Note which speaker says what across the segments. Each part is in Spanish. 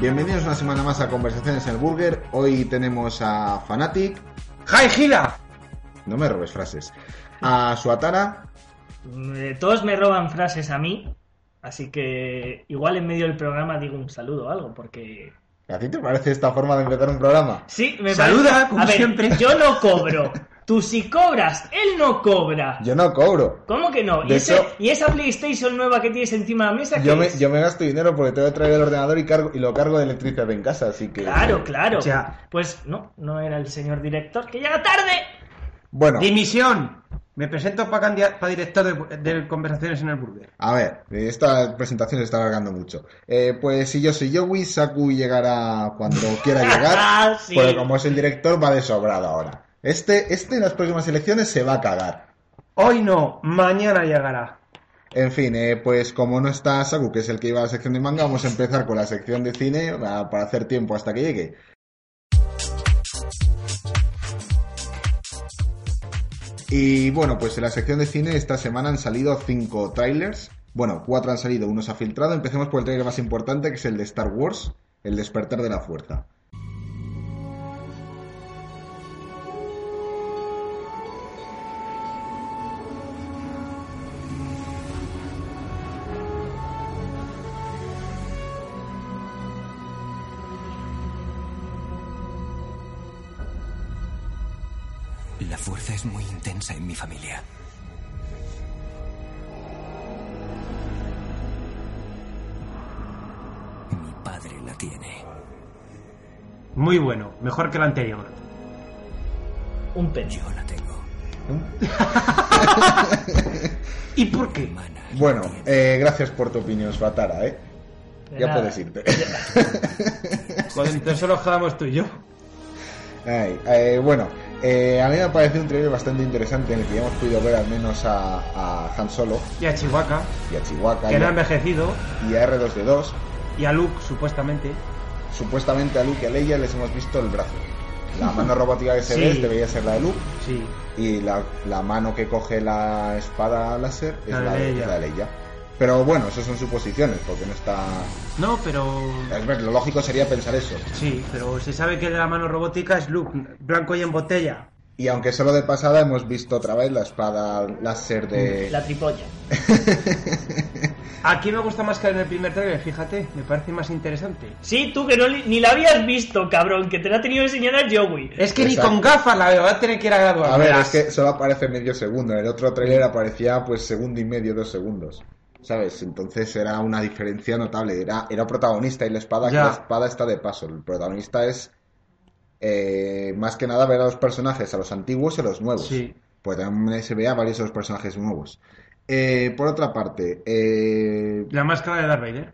Speaker 1: Bienvenidos una semana más a Conversaciones en el Burger. Hoy tenemos a Fanatic.
Speaker 2: ¡Jai Gila!
Speaker 1: No me robes frases. A Suatara.
Speaker 3: Eh, Todos me roban frases a mí, así que igual en medio del programa digo un saludo o algo, porque...
Speaker 1: ¿A ti te parece esta forma de empezar un programa?
Speaker 3: Sí, me
Speaker 2: Saluda,
Speaker 3: parece-
Speaker 2: como
Speaker 3: a ver,
Speaker 2: siempre.
Speaker 3: yo no cobro. Tú sí cobras, él no cobra.
Speaker 1: Yo no cobro.
Speaker 3: ¿Cómo que no? ¿Y,
Speaker 1: De
Speaker 3: ese-
Speaker 1: hecho-
Speaker 3: y esa PlayStation nueva que tienes encima de la mesa?
Speaker 1: Yo
Speaker 3: qué
Speaker 1: me,
Speaker 3: es?
Speaker 1: yo me gasto dinero porque tengo que traer el ordenador y, cargo, y lo cargo de electricidad en casa, así que...
Speaker 3: Claro, claro.
Speaker 2: Ya.
Speaker 3: Pues no, no era el señor director, que llega tarde.
Speaker 1: Bueno,
Speaker 2: Dimisión. Me presento para director de, de conversaciones en el burger.
Speaker 1: a ver, esta presentación se está alargando mucho. Eh, pues si yo soy Yowie, Saku llegará cuando quiera llegar.
Speaker 3: Ah, Sí.
Speaker 1: Porque como es el director, va de sobrado ahora. Este, este en las próximas elecciones se va a cagar.
Speaker 2: Hoy no, mañana llegará.
Speaker 1: En fin, eh, pues como no está Saku, que es el que iba a la sección de manga, vamos a empezar con la sección de cine ah, para hacer tiempo hasta que llegue. Y bueno, pues en la sección de cine esta semana han salido cinco trailers. Bueno, cuatro han salido, uno se ha filtrado. Empecemos por el trailer más importante, que es el de Star Wars, El despertar de la fuerza.
Speaker 4: La fuerza es muy intensa en mi familia. Mi padre la tiene.
Speaker 2: Muy bueno, mejor que el anterior.
Speaker 3: Un pecho.
Speaker 4: Yo la tengo.
Speaker 2: ¿Y por
Speaker 4: Mi
Speaker 2: qué?
Speaker 4: hermana. la
Speaker 1: Bueno,
Speaker 4: tiene.
Speaker 1: eh, gracias por tu opinión, Batara, ¿eh? Ya puedes irte.
Speaker 2: Joder, entonces solo quedamos tú y yo.
Speaker 1: Ay, eh, bueno, eh, a mí me ha parecido un trailer bastante interesante en el que ya hemos podido ver al menos a, a Han Solo
Speaker 2: Y a Chihuahua,
Speaker 1: y a Chihuahua
Speaker 2: que
Speaker 1: y,
Speaker 2: no ha
Speaker 1: a,
Speaker 2: envejecido.
Speaker 1: y a R2D2.
Speaker 2: Y a Luke, supuestamente.
Speaker 1: Supuestamente a Luke y a Leia les hemos visto el brazo. La mano robótica que se
Speaker 2: Sí.
Speaker 1: ve debería ser la de Luke
Speaker 2: Sí.
Speaker 1: y la, la mano que coge la espada láser es
Speaker 2: La
Speaker 1: la,
Speaker 2: de
Speaker 1: de,
Speaker 2: Leia.
Speaker 1: es la de Leia. Pero bueno, eso son suposiciones, porque no está...
Speaker 2: No, pero...
Speaker 1: Es ver, lo lógico sería pensar eso.
Speaker 2: Sí, pero se sabe que el de la mano robótica es Luke, blanco y en botella.
Speaker 1: Y aunque solo de pasada hemos visto otra vez la espada láser de...
Speaker 3: La tripolla.
Speaker 2: Aquí me gusta más que en el primer trailer, fíjate, me parece más interesante.
Speaker 3: Sí, tú que no li- ni la habías visto, cabrón, que te la ha tenido que enseñar Joey.
Speaker 2: Es que
Speaker 1: Exacto.
Speaker 2: ni con gafas la veo, va a tener que ir a graduar.
Speaker 1: A ver, es
Speaker 2: Pues verás.
Speaker 1: que solo aparece medio segundo. En el otro trailer aparecía pues segundo y medio, dos segundos. ¿Sabes? Entonces era una diferencia notable. Era, era protagonista y la espada, que
Speaker 2: Ya.
Speaker 1: la espada está de paso. El protagonista es eh, más que nada ver a los personajes, a los antiguos y a los nuevos.
Speaker 2: Sí.
Speaker 1: Pues también se ve a varios de los personajes nuevos. Eh, por otra parte, eh,
Speaker 2: La máscara de Darth Vader.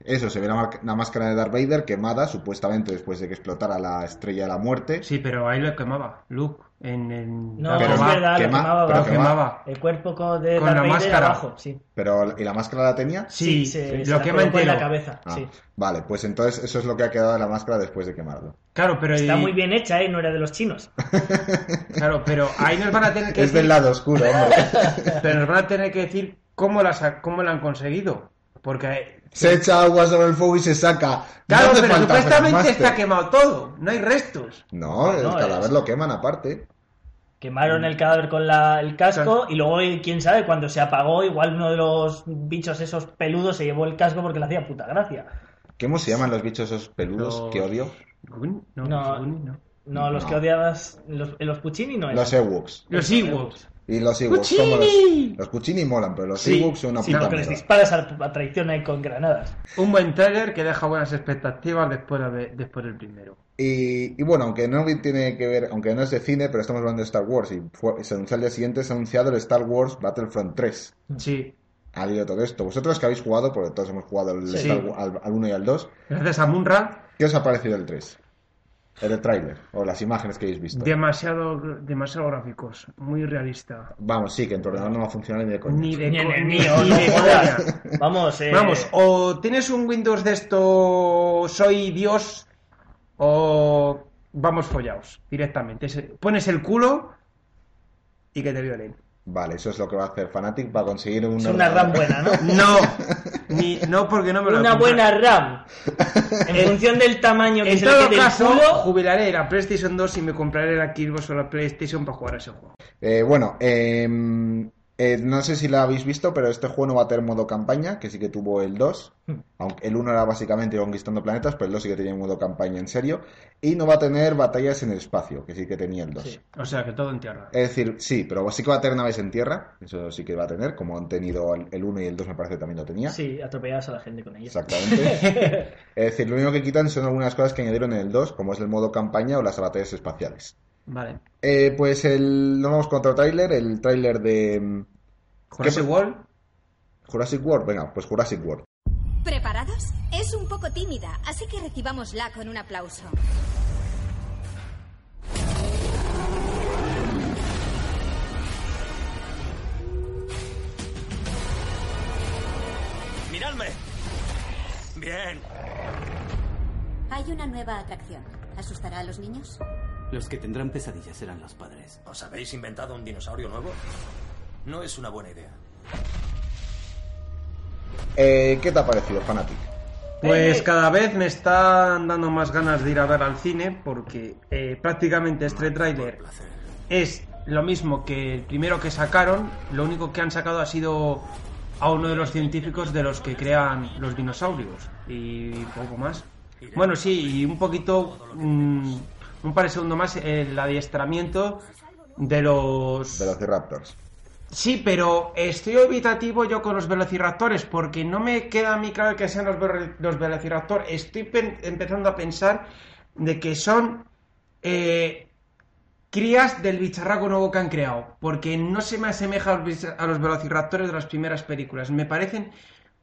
Speaker 1: eso, se ve la, mar- la máscara de Darth Vader quemada, supuestamente después de que explotara la estrella de la muerte.
Speaker 2: Sí, pero ahí lo quemaba, Luke. En, en-
Speaker 3: No,
Speaker 1: Pero
Speaker 3: es
Speaker 1: ma-
Speaker 3: verdad, lo
Speaker 1: quema-
Speaker 3: quemaba
Speaker 1: pero
Speaker 2: Lo
Speaker 3: abajo.
Speaker 1: quema-
Speaker 2: quemaba.
Speaker 3: El cuerpo co- de
Speaker 2: Con
Speaker 3: Darth
Speaker 2: la
Speaker 3: Vader
Speaker 2: máscara.
Speaker 3: abajo, sí.
Speaker 1: Pero, ¿y la máscara la tenía?
Speaker 2: Sí,
Speaker 3: se, se
Speaker 2: lo
Speaker 3: la
Speaker 2: quema
Speaker 3: colocó en
Speaker 2: entero.
Speaker 3: la cabeza.
Speaker 1: Ah,
Speaker 3: sí.
Speaker 1: Vale, pues entonces eso es lo que ha quedado de la máscara después de quemarlo.
Speaker 2: Claro, pero
Speaker 3: Está
Speaker 2: y-
Speaker 3: muy bien hecha, ¿eh? No era de los chinos.
Speaker 2: Claro, pero ahí nos van a tener Ah, que
Speaker 1: Es del
Speaker 2: decir,
Speaker 1: lado oscuro, hombre.
Speaker 2: pero nos van a tener que decir cómo las ha- cómo la han conseguido, porque eh,
Speaker 1: se echa agua sobre el fuego y se saca.
Speaker 2: claro,
Speaker 1: ¿Dónde
Speaker 2: pero
Speaker 1: falta
Speaker 2: supuestamente
Speaker 1: Fernández?
Speaker 2: está quemado todo, no hay restos.
Speaker 1: No, el
Speaker 3: No,
Speaker 1: cadáver
Speaker 3: es-
Speaker 1: lo queman aparte.
Speaker 2: Mm.
Speaker 3: Quemaron el cadáver con la- el casco y luego, eh, quién sabe, cuando se apagó, igual uno de los bichos esos peludos se llevó el casco porque le hacía puta gracia.
Speaker 1: ¿Qué ¿Cómo se llaman los bichos esos peludos
Speaker 2: Los-
Speaker 1: que odio?
Speaker 2: Gun- No,
Speaker 3: No.
Speaker 2: Gun- no.
Speaker 3: No, los
Speaker 1: No.
Speaker 3: que odiabas, los, los Puccini no eran.
Speaker 1: Los Ewoks.
Speaker 2: Los Ewoks.
Speaker 1: Y los Ewoks como los...
Speaker 2: ¡Cuchini!
Speaker 1: Los Cuchini molan, pero los
Speaker 2: Sí,
Speaker 1: Ewoks son una
Speaker 2: sí,
Speaker 1: puta
Speaker 3: Los que les
Speaker 1: mierda.
Speaker 3: disparas a, a traición ahí con granadas.
Speaker 2: Un buen trailer que deja buenas expectativas después, de- después del primero.
Speaker 1: Y, y bueno, aunque no tiene que ver, aunque no es de cine, pero estamos hablando de Star Wars. Y fue- se anunció al día siguiente, se ha anunciado el Star Wars Battlefront 3.
Speaker 3: Mm.
Speaker 2: Sí,
Speaker 1: al hilo de todo esto. Vosotros que habéis jugado, porque todos hemos jugado al,
Speaker 2: Sí.
Speaker 1: Star Wa- al, 1 y al 2,
Speaker 2: gracias a Munra,
Speaker 1: ¿qué os ha parecido el 3? El tráiler, o las imágenes que habéis visto.
Speaker 2: demasiado, demasiado gráficos, muy realista.
Speaker 1: Vamos, sí, que en tu ordenador no va a funcionar ni de coña.
Speaker 2: Ni de,
Speaker 3: Ni en
Speaker 2: co-
Speaker 3: el
Speaker 2: ni-
Speaker 3: mío,
Speaker 2: ni
Speaker 3: no
Speaker 2: de
Speaker 3: jodas.
Speaker 2: coña.
Speaker 3: Vamos, eh,
Speaker 2: Vamos, o tienes un Windows de esto, soy Dios, o vamos follaos directamente. Se- Pones el culo y que te violen.
Speaker 1: Vale, eso es lo que va a hacer Fanatic, va a conseguir un
Speaker 3: es una RAM
Speaker 1: ordenador.
Speaker 3: buena, ¿no?
Speaker 2: No, Ni, no, porque no me lo he
Speaker 3: Una
Speaker 2: comprado.
Speaker 3: buena RAM. En
Speaker 2: En-
Speaker 3: función del tamaño que
Speaker 2: En
Speaker 3: se le
Speaker 2: todo
Speaker 3: quede el
Speaker 2: caso,
Speaker 3: culo,
Speaker 2: jubilaré la PlayStation 2 y me compraré la Xbox o la PlayStation para jugar a ese juego.
Speaker 1: Eh, bueno, em, eh, no sé si la habéis visto, pero este juego no va a tener modo campaña, que sí que tuvo el 2. Aunque el 1 era básicamente conquistando planetas, pero el 2 sí que tenía modo campaña en serio. Y no va a tener batallas en el espacio, que sí que tenía el 2.
Speaker 3: Sí.
Speaker 2: O sea, que todo en tierra.
Speaker 1: Es decir, sí, pero sí que va a tener naves en tierra, eso sí que va a tener, como han tenido el- el 1 y el 2 me parece que también lo tenía.
Speaker 3: sí, atropellas a la gente con ella.
Speaker 1: Exactamente. es decir, lo único que quitan son algunas cosas que añadieron en el 2, como es el modo campaña o las batallas espaciales.
Speaker 2: Vale.
Speaker 1: Eh, pues el, nos vamos con otro tráiler, el tráiler de mm,
Speaker 2: Jurassic
Speaker 1: ¿Qué-
Speaker 2: World.
Speaker 1: Jurassic World, venga, pues Jurassic World.
Speaker 5: ¿Preparados? Es un poco tímida, así que recibámosla con un aplauso.
Speaker 4: ¡Miradme! Bien.
Speaker 5: Hay una nueva atracción. ¿Asustará a los niños?
Speaker 6: Los que tendrán pesadillas serán los padres.
Speaker 4: ¿Os habéis inventado un dinosaurio nuevo? No es una buena idea.
Speaker 1: Eh, ¿Qué te ha parecido, Fanatic?
Speaker 2: Pues cada vez me están dando más ganas de ir a ver al cine porque eh, prácticamente este tráiler
Speaker 4: Placer.
Speaker 2: es lo mismo que el primero que sacaron. Lo único que han sacado ha sido a uno de los científicos de los que crean los dinosaurios y poco más. Bueno, sí, y un poquito, mm, un par de segundos más, el adiestramiento de los...
Speaker 1: Velociraptors.
Speaker 2: Sí, pero estoy evitativo yo con los velociraptores porque no me queda a mí claro que sean los, ver- los velociraptores. Estoy pen- empezando a pensar de que son eh, crías del bicharraco nuevo que han creado, porque no se me asemeja a los, bicha- a los velociraptores de las primeras películas. Me parecen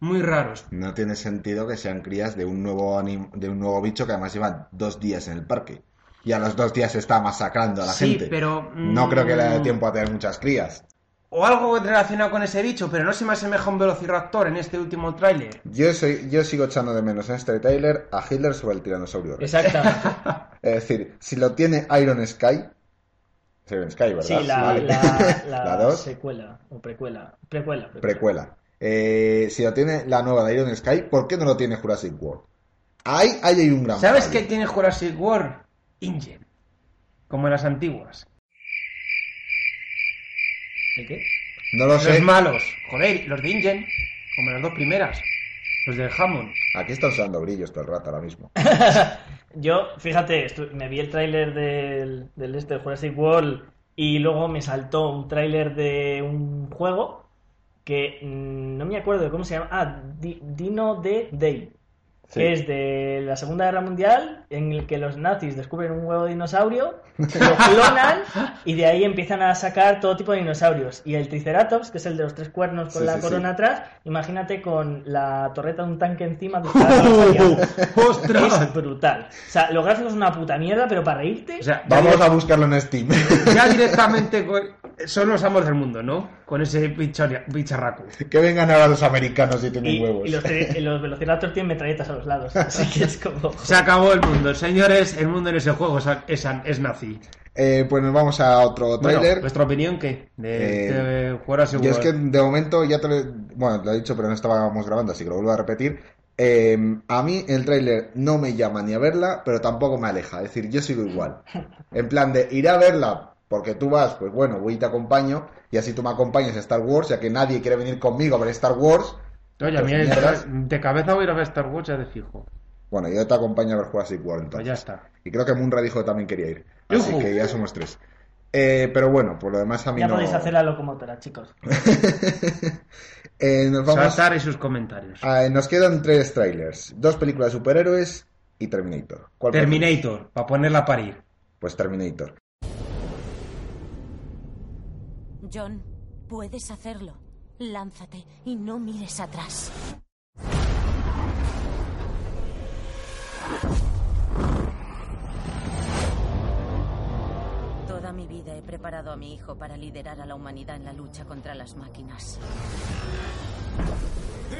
Speaker 2: muy raros.
Speaker 1: No tiene sentido que sean crías de un nuevo anim- de un nuevo bicho que además lleva dos días en el parque. Y a los dos días está masacrando a la
Speaker 2: Sí,
Speaker 1: gente.
Speaker 2: pero,
Speaker 1: No creo que le dé
Speaker 2: mm,
Speaker 1: tiempo a tener muchas crías.
Speaker 2: O algo relacionado con ese bicho, pero no se me asemeja a un velociraptor en este último tráiler.
Speaker 1: Yo, soy- yo sigo echando de menos en este trailer a Hitler sobre el tiranosaurio. Rex.
Speaker 3: Exactamente.
Speaker 1: Es decir, si lo tiene Iron Sky. es Iron Sky, ¿verdad?
Speaker 3: Sí, la,
Speaker 1: Vale.
Speaker 3: la, la,
Speaker 1: La dos.
Speaker 3: secuela o precuela. Precuela.
Speaker 1: Precuela. Eh, si lo tiene la nueva de Iron Sky, ¿por qué no lo tiene Jurassic World? Ahí, ahí hay un gran
Speaker 2: ¿Sabes
Speaker 1: fallo.
Speaker 2: qué tiene Jurassic World? Ingen. Como en las antiguas.
Speaker 3: ¿De qué?
Speaker 1: No lo sé.
Speaker 2: Los malos. Joder, los de Ingen. Como las dos primeras. Los de Hammond.
Speaker 1: Aquí están usando brillos todo el rato ahora mismo.
Speaker 3: Yo, fíjate, estu- me vi el tráiler del, del este de Jurassic World y luego me saltó un tráiler de un juego que mm, no me acuerdo de cómo se llama. Ah, Di- Dino The Day.
Speaker 1: Sí.
Speaker 3: Que es de la Segunda Guerra Mundial, en el que los nazis descubren un huevo de dinosaurio, lo clonan y de ahí empiezan a sacar todo tipo de dinosaurios. Y el Triceratops, que es el de los tres cuernos con
Speaker 1: Sí,
Speaker 3: la
Speaker 1: sí, sí.
Speaker 3: corona atrás, imagínate con la torreta de un tanque encima. disparando hacia- es brutal. O sea, los gráficos son una puta mierda, pero para reírte.
Speaker 2: O sea, ya,
Speaker 1: Vamos
Speaker 2: dire-
Speaker 1: a buscarlo en Steam.
Speaker 2: ya directamente co- son los amos del mundo, ¿no? Con ese bichorria- bicharraco.
Speaker 1: que vengan ahora los americanos si tienen
Speaker 3: y,
Speaker 1: huevos.
Speaker 3: y los, tre- los velociraptors tienen metralletas a los lados. Así que es como.
Speaker 2: Se acabó el mundo. Señores, el mundo en ese juego es, es- es nazi.
Speaker 1: Eh, pues nos vamos a otro
Speaker 2: Bueno, pues
Speaker 1: tráiler.
Speaker 2: ¿Vuestra opinión qué? De,
Speaker 1: Eh,
Speaker 2: este Jurassic
Speaker 1: Yo es que
Speaker 2: World.
Speaker 1: de momento ya te lo, bueno, te lo he dicho, pero no estábamos grabando, así que lo vuelvo a repetir. Eh, a mí el tráiler no me llama ni a verla, pero tampoco me aleja. Es decir, yo sigo igual. En plan de ir a verla porque tú vas, pues bueno, voy y te acompaño, y así tú me acompañas a Star Wars, ya que nadie quiere venir conmigo a ver Star Wars.
Speaker 2: Oye, a mí
Speaker 1: Pues mierdas.
Speaker 2: de cabeza voy a ir a ver Star Wars ya de fijo.
Speaker 1: Bueno, yo te acompaño a ver Jurassic World
Speaker 2: Pues
Speaker 1: entonces.
Speaker 2: ya está.
Speaker 1: Y creo que Munra dijo que también quería ir. Así
Speaker 2: ¡Yujú!
Speaker 1: que ya somos tres. Eh, pero bueno, por lo demás a mí
Speaker 3: Ya
Speaker 1: no...
Speaker 3: podéis hacer la locomotora, chicos.
Speaker 1: Eh, nos vamos...
Speaker 2: Saltar y sus comentarios.
Speaker 1: Ah, nos quedan tres trailers, dos películas de superhéroes y Terminator. ¿Cuál prefieres?
Speaker 2: Terminator, para ponerla a parir.
Speaker 1: Pues Terminator.
Speaker 7: John, puedes hacerlo. Lánzate y no mires atrás. Toda mi vida he preparado a mi hijo para liderar a la humanidad en la lucha contra las máquinas.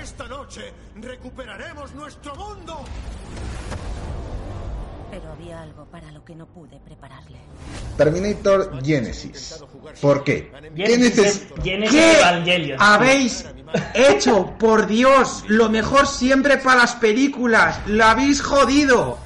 Speaker 8: Esta noche recuperaremos nuestro mundo.
Speaker 7: Pero había algo para lo que no pude prepararle.
Speaker 1: Terminator Genesis. ¿Por qué? Genesis.
Speaker 3: Genesis
Speaker 2: ¿Qué
Speaker 3: Evangelion.
Speaker 2: habéis hecho? Por Dios, lo mejor siempre para las películas. La habéis jodido.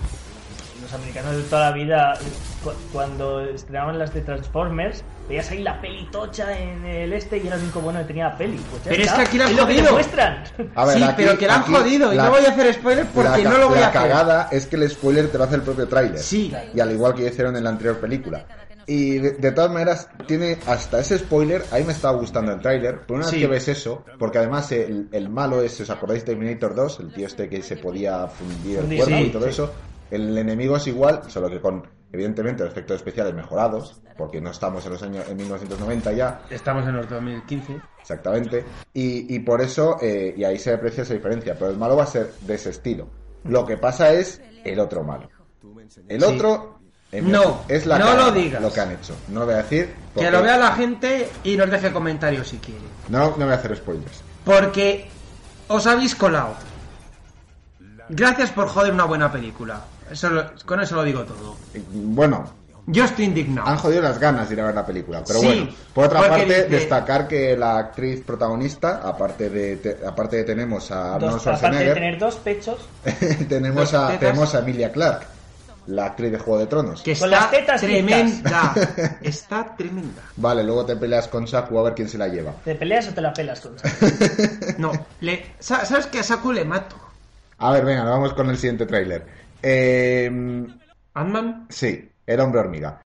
Speaker 3: Los americanos de toda la vida, cu- cuando estrenaban las de Transformers, veías ahí la peli tocha en el este y era el único bueno que tenía la peli. Pues ya
Speaker 2: Pero es
Speaker 3: está.
Speaker 2: que aquí la han
Speaker 3: lo que te
Speaker 2: jodido.
Speaker 3: muestran.
Speaker 1: A ver,
Speaker 2: sí,
Speaker 1: aquí-
Speaker 2: pero que la han
Speaker 1: aquí
Speaker 2: jodido.
Speaker 1: la-
Speaker 2: y no voy a hacer spoiler porque
Speaker 1: la, ca-
Speaker 2: no lo voy
Speaker 1: la
Speaker 2: a hacer.
Speaker 1: cagada es que el spoiler te lo hace el propio tráiler.
Speaker 2: Sí.
Speaker 1: Y al igual que hicieron en la anterior película. Y de, de todas maneras, tiene hasta ese spoiler. Ahí me estaba gustando el tráiler. Pero una vez
Speaker 2: Sí.
Speaker 1: que ves eso, porque además el, el malo es, ¿os acordáis de Terminator 2? El tío este que se podía fundir el
Speaker 3: Fundir,
Speaker 1: cuerpo
Speaker 3: sí,
Speaker 1: y todo
Speaker 3: sí.
Speaker 1: eso. El enemigo es igual, solo que con, evidentemente, los efectos especiales mejorados. Porque no estamos en los años en 1990 ya.
Speaker 2: Estamos en los 2015.
Speaker 1: Exactamente. Y, y por eso, eh, y ahí se aprecia esa diferencia. Pero el malo va a ser de ese estilo. Lo que pasa es el otro malo. El otro. en mi
Speaker 2: No,
Speaker 1: opinión, es la
Speaker 2: no
Speaker 1: cagada,
Speaker 2: lo digas.
Speaker 1: Lo que han hecho. No lo voy a decir. porque-
Speaker 2: Que lo vea la gente y nos deje comentarios si quiere.
Speaker 1: No, no voy a hacer spoilers.
Speaker 2: Porque os habéis colado. Gracias por joder una buena película. Eso lo- con eso lo digo todo.
Speaker 1: Y, Bueno,
Speaker 2: Yo estoy indignado.
Speaker 1: han jodido las ganas de ir a ver la película. Pero
Speaker 2: Sí,
Speaker 1: bueno, por otra
Speaker 2: porque
Speaker 1: parte,
Speaker 2: dice-
Speaker 1: destacar que la actriz protagonista, aparte de, te- aparte de tenemos
Speaker 2: Ah,
Speaker 1: a Arnold
Speaker 3: Dos- aparte de
Speaker 1: Schwarzenegger,
Speaker 3: tener dos pechos,
Speaker 1: tenemos,
Speaker 2: Dos
Speaker 1: a,
Speaker 2: tetas.
Speaker 1: tenemos a Emilia Clark, la actriz de Juego de Tronos.
Speaker 2: que está
Speaker 3: Con las tetas
Speaker 2: tremenda. Está tremenda.
Speaker 1: Vale, luego te peleas con Saku a ver quién se la lleva.
Speaker 3: ¿te peleas o te la pelas tú?
Speaker 2: No, le, sa- ¿sabes qué? A Saku le mato.
Speaker 1: A ver, venga, vamos con el siguiente tráiler. Eh,
Speaker 2: Ant-Man.
Speaker 1: sí, el hombre hormiga.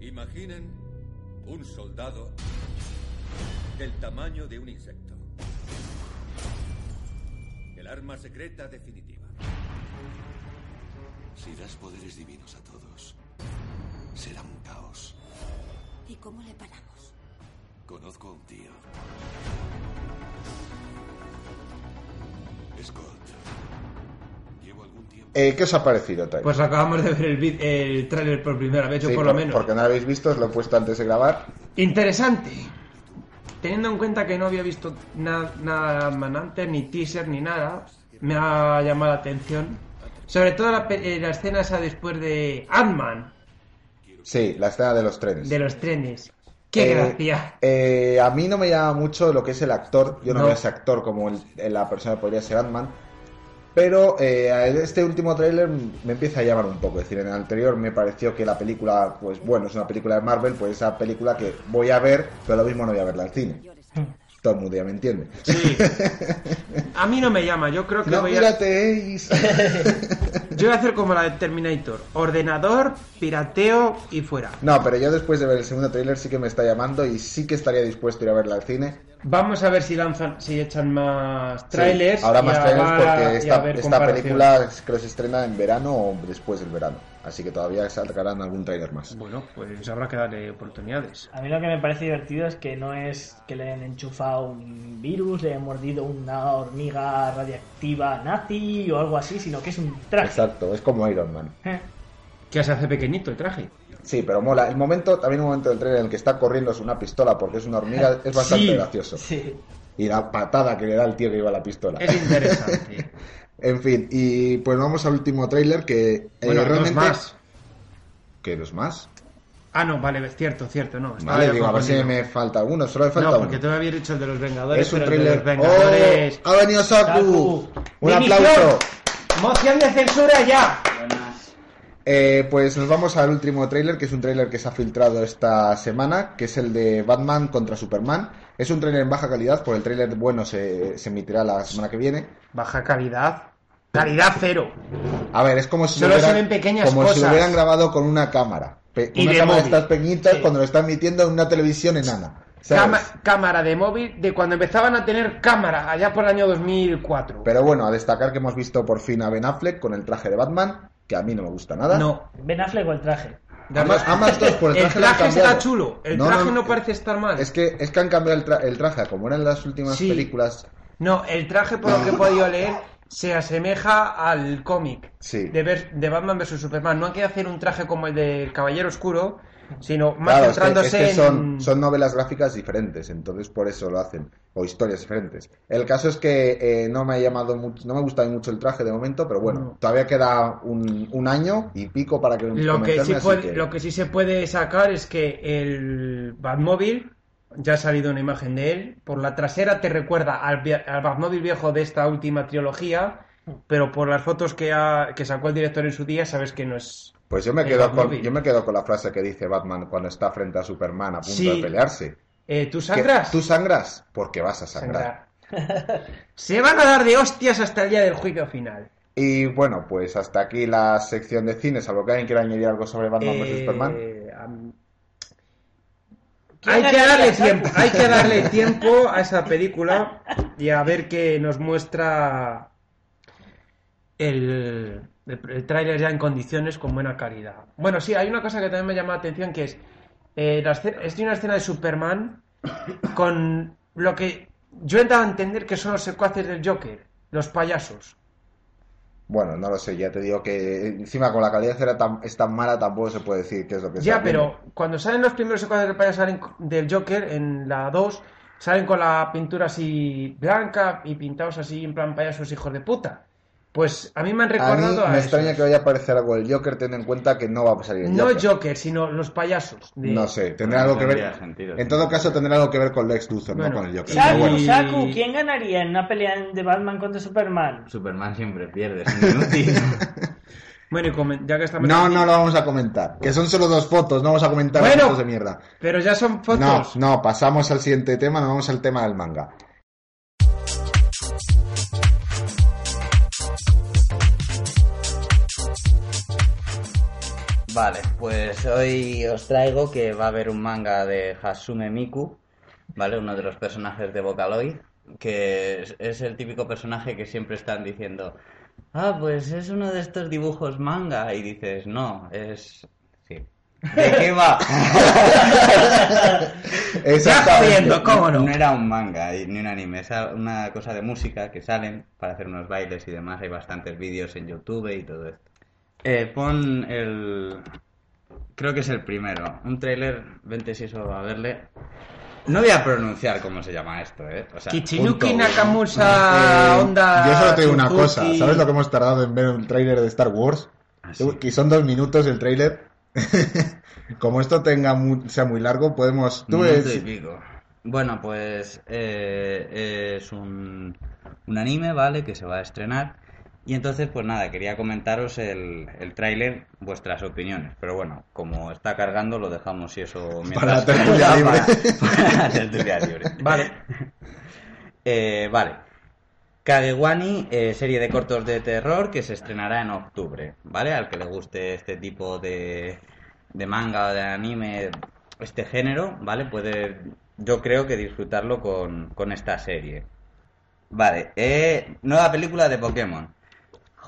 Speaker 8: Imaginen un soldado del tamaño de un insecto. El arma secreta definitiva.
Speaker 4: Si das poderes divinos a todos, será un caos.
Speaker 5: ¿Y cómo le paramos?
Speaker 4: Conozco a un tío. Scott. Llevo algún tiempo.
Speaker 1: Eh, ¿Qué os ha parecido el tráiler?
Speaker 2: Pues acabamos de ver el, vi- el tráiler por primera vez, yo
Speaker 1: Sí,
Speaker 2: por lo
Speaker 1: por-
Speaker 2: menos.
Speaker 1: Porque no lo habéis visto, os lo he puesto antes de grabar.
Speaker 2: Interesante. Teniendo en cuenta que no había visto na- nada de Ant-Man antes, ni teaser, ni nada, me ha llamado la atención. Sobre todo la, pe- eh, la escena esa después de Ant-Man,
Speaker 1: Sí, la escena de los trenes.
Speaker 2: de los trenes. ¡Qué
Speaker 1: Eh,
Speaker 2: gracia!
Speaker 1: eh, a mí no me llama mucho lo que es el actor. Yo no,
Speaker 2: No.
Speaker 1: veo ese actor como el- eh, la persona que podría ser Ant-Man. Pero eh, a este último tráiler me empieza a llamar un poco. Es decir, en el anterior me pareció que la película, pues bueno, es una película de Marvel, pues esa película que voy a ver, pero lo mismo no voy a verla al cine. Todo el mundo ya me entiende.
Speaker 2: Sí. A mí no me llama, yo creo que
Speaker 1: No,
Speaker 2: voy, a,
Speaker 1: pirateéis.
Speaker 2: yo voy a hacer como la de Terminator. Ordenador, pirateo y fuera.
Speaker 1: No, pero yo después de ver el segundo tráiler sí que me está llamando y sí que estaría dispuesto a ir a verla al cine.
Speaker 2: Vamos a ver si lanzan, si echan más
Speaker 1: Sí,
Speaker 2: trailers.
Speaker 1: ahora
Speaker 2: y
Speaker 1: más
Speaker 2: a-
Speaker 1: trailers
Speaker 2: y
Speaker 1: porque
Speaker 2: a
Speaker 1: esta,
Speaker 2: ver
Speaker 1: esta
Speaker 2: comparaciones.
Speaker 1: película es- creo que se estrena en verano o después del verano. Así que todavía sacarán algún tráiler más.
Speaker 2: Bueno, pues habrá que darle oportunidades.
Speaker 3: A mí lo que me parece divertido es que no es que le hayan enchufado un virus, le hayan mordido una hormiga radiactiva nazi o algo así, sino que es un traje.
Speaker 1: Exacto, es como Iron Man.
Speaker 3: Eh,
Speaker 2: Que se hace pequeñito el traje.
Speaker 1: Sí, pero mola. El momento, también un momento del tráiler en el que está corriendo es una pistola porque es una hormiga, es bastante
Speaker 2: Sí,
Speaker 1: gracioso.
Speaker 3: Sí.
Speaker 1: Y la patada que le da el tío que lleva la pistola.
Speaker 2: Es
Speaker 1: Eh,
Speaker 2: interesante.
Speaker 1: En fin, y pues vamos al último tráiler que eh,
Speaker 2: bueno, dos
Speaker 1: realmente...
Speaker 2: más.
Speaker 1: ¿Qué, dos más?
Speaker 2: Ah, no, vale, es cierto, cierto, no. estaba
Speaker 1: Vale,
Speaker 2: yo
Speaker 1: digo, a ver si
Speaker 2: confundido.
Speaker 1: me falta uno, solo me falta
Speaker 2: No,
Speaker 1: uno.
Speaker 2: porque tú me habías dicho el de los Vengadores,
Speaker 1: Es un
Speaker 2: pero el de
Speaker 1: thriller.
Speaker 2: los Vengadores.
Speaker 1: ¡Oh! ¡Ha venido Saku!
Speaker 3: Saku.
Speaker 1: ¡Un
Speaker 2: ¡Dimisión!
Speaker 1: aplauso!
Speaker 2: ¡Moción de censura ya!
Speaker 1: Eh, pues nos vamos al último tráiler, que es un tráiler que se ha filtrado esta semana, que es el de Batman contra Superman. Es un tráiler en baja calidad, porque el tráiler bueno se, se emitirá la semana que viene.
Speaker 2: Baja calidad. Calidad cero.
Speaker 1: A ver, es como si lo
Speaker 2: Solo se
Speaker 1: hubieran-
Speaker 2: ven pequeñas
Speaker 1: como si lo
Speaker 2: cosas.
Speaker 1: hubieran grabado con una cámara. Pe-
Speaker 2: Y
Speaker 1: una
Speaker 2: de
Speaker 1: cámara de
Speaker 2: móvil.
Speaker 1: estas pequeñitas
Speaker 2: Sí.
Speaker 1: cuando lo están emitiendo en una televisión enana. ¿sabes?
Speaker 2: Cama- cámara de móvil de cuando empezaban a tener cámara, allá por el año 2004.
Speaker 1: Pero bueno, a destacar que hemos visto por fin a Ben Affleck con el traje de Batman, que a mí no me gusta nada.
Speaker 2: no.
Speaker 3: Ben Affleck o el traje.
Speaker 1: Ambas- ambas dos, por el traje lo han
Speaker 2: está
Speaker 1: cambiado.
Speaker 2: chulo. El
Speaker 1: No,
Speaker 2: traje
Speaker 1: no,
Speaker 2: no, parece estar mal.
Speaker 1: Es que, es que han cambiado el, tra- el traje, como eran las últimas
Speaker 2: Sí.
Speaker 1: películas.
Speaker 2: No, el traje, por lo que he podido leer, se asemeja al cómic
Speaker 1: Sí.
Speaker 2: de, ver- de Batman vs Superman. No hay que hacer un traje como el del Caballero Oscuro, sino más
Speaker 1: Claro, es que,
Speaker 2: centrándose
Speaker 1: es que son,
Speaker 2: en...
Speaker 1: son novelas gráficas diferentes, entonces por eso lo hacen, o historias diferentes. El caso es que eh, no me ha llamado mucho, no me gusta mucho el traje de momento, pero bueno,
Speaker 2: No.
Speaker 1: todavía queda un, un año y pico para que
Speaker 2: Lo que,
Speaker 1: convencerme,
Speaker 2: sí
Speaker 1: así
Speaker 2: puede-
Speaker 1: que-
Speaker 2: lo que sí se puede sacar es que el Batmóvil, ya ha salido una imagen de él, por la trasera te recuerda al, vie- al Batmóvil viejo de esta última trilogía, pero por las fotos que, ha- que sacó el director en su día sabes que no es...
Speaker 1: Pues yo me
Speaker 2: el
Speaker 1: quedo con,
Speaker 2: Batmóvil.
Speaker 1: yo me quedo con la frase que dice Batman cuando está frente a Superman a punto
Speaker 2: Sí.
Speaker 1: de pelearse.
Speaker 2: Eh, ¿Tú
Speaker 1: Que,
Speaker 2: sangras?
Speaker 1: ¿Tú sangras? Porque vas a sangrar.
Speaker 2: Sangrar. se van a dar de hostias hasta el día del juicio final.
Speaker 1: Y bueno, pues hasta aquí la sección de cines, salvo que alguien quiera añadir algo sobre Batman vs
Speaker 2: Eh,
Speaker 1: Superman.
Speaker 2: am-
Speaker 3: ¿Quién
Speaker 2: Hay que
Speaker 3: ganaría,
Speaker 2: darle
Speaker 3: Chapu?
Speaker 2: tiempo, hay que darle tiempo a esa película y a ver qué nos muestra el, el, el tráiler ya en condiciones con buena calidad. Bueno, sí, hay una cosa que también me llama la atención que es eh, la escena- es una escena de Superman con lo que yo he dado a entender que son los secuaces del Joker, los payasos.
Speaker 1: Bueno, no lo sé, ya te digo que encima con la calidad era tan, es tan mala tampoco se puede decir qué es lo que
Speaker 2: Ya,
Speaker 1: está viendo.
Speaker 2: pero cuando salen los primeros secuaces del payaso salen co- del Joker en la 2, salen con la pintura así blanca y pintados así en plan payasos hijos de puta. Pues a mí me han
Speaker 1: A mí
Speaker 2: recordado a
Speaker 1: me
Speaker 2: esos.
Speaker 1: extraña que vaya a aparecer algo del Joker teniendo en cuenta que no va a salir el
Speaker 2: No
Speaker 1: Joker.
Speaker 2: Joker, sino los payasos. de-
Speaker 1: No sé, tendrá
Speaker 9: No
Speaker 1: algo que ver.
Speaker 9: tendría sentido,
Speaker 1: en
Speaker 9: sí.
Speaker 1: todo caso tendrá algo que ver con Lex Luthor,
Speaker 2: Bueno,
Speaker 1: no con el Joker.
Speaker 2: Claro,
Speaker 1: Pero
Speaker 3: Saku,
Speaker 1: bueno,
Speaker 2: y-
Speaker 3: Saku, ¿quién ganaría en una pelea de Batman contra Superman?
Speaker 9: Superman siempre pierde, es un inútil.
Speaker 2: Bueno, y comen- ya que estamos...
Speaker 1: no, no lo vamos a comentar. Que son solo dos fotos, no vamos a comentar
Speaker 2: Bueno.
Speaker 1: las fotos de mierda.
Speaker 2: Pero ya son fotos.
Speaker 1: No, no, pasamos al siguiente tema, no vamos al tema del manga.
Speaker 9: Vale, pues hoy os traigo que va a haber un manga de Hasume Miku, ¿vale? Uno de los personajes de Vocaloid, que es, es el típico personaje que siempre están diciendo, ah, pues es uno de estos dibujos manga, y dices, no, es... Sí. ¿De qué va?
Speaker 1: Exactamente.
Speaker 2: jodiendo, ¿cómo no?
Speaker 9: No era un manga y- ni un anime, es una cosa de música que salen para hacer unos bailes y demás, hay bastantes vídeos en YouTube y todo esto. Eh, pon el, Creo que es el primero. Un trailer, vente si eso va a verle. No voy a pronunciar cómo se llama esto, ¿eh? O sea,
Speaker 2: Kichinuki
Speaker 9: punto.
Speaker 2: Nakamusa,
Speaker 1: Eh,
Speaker 2: onda...
Speaker 1: Yo solo te digo una
Speaker 2: Suzuki.
Speaker 1: cosa. ¿Sabes lo que hemos tardado en ver un tráiler de Star Wars?
Speaker 9: Ah, sí.
Speaker 1: Y son dos minutos el tráiler. Como esto tenga mu- sea muy largo, podemos. Tú
Speaker 9: Minuto
Speaker 1: es-
Speaker 9: y pico. Bueno, pues eh, es un, un anime, ¿vale? Que se va a estrenar. Y entonces, pues nada, quería comentaros el, el tráiler, vuestras opiniones. Pero bueno, como está cargando, lo dejamos y eso
Speaker 1: Para la tertulia libre.
Speaker 9: Para, para la tertulia libre.
Speaker 2: Vale.
Speaker 9: Eh, vale. Kagewani, eh, serie de cortos de terror que se estrenará en octubre, ¿vale? Al que le guste este tipo de, de manga o de anime, este género, ¿vale? Puede, yo creo que disfrutarlo con, con esta serie. Vale, eh, nueva película de Pokémon.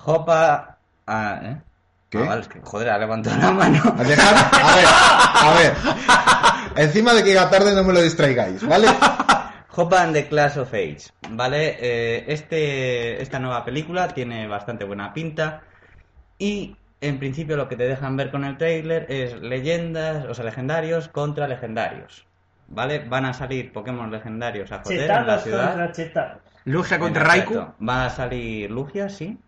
Speaker 9: Hopa... ah, ¿eh?
Speaker 1: ¿Qué?
Speaker 9: Ah, vale, es que, joder, ha levantado la mano.
Speaker 1: A dejar- a ver, a ver. Encima de que llega tarde no me lo distraigáis, ¿vale?
Speaker 9: Hopa and the Class of Age, ¿vale? Eh, este, esta nueva película tiene bastante buena pinta y en principio lo que te dejan ver con el tráiler es leyendas, o sea, legendarios contra legendarios, ¿vale? Van a salir Pokémon legendarios a Pues joder en la
Speaker 3: Chetados contra
Speaker 9: ciudad.
Speaker 3: chetados.
Speaker 2: Lugia contra
Speaker 9: En
Speaker 2: Raikou.
Speaker 9: efecto, Va a salir Lugia, sí.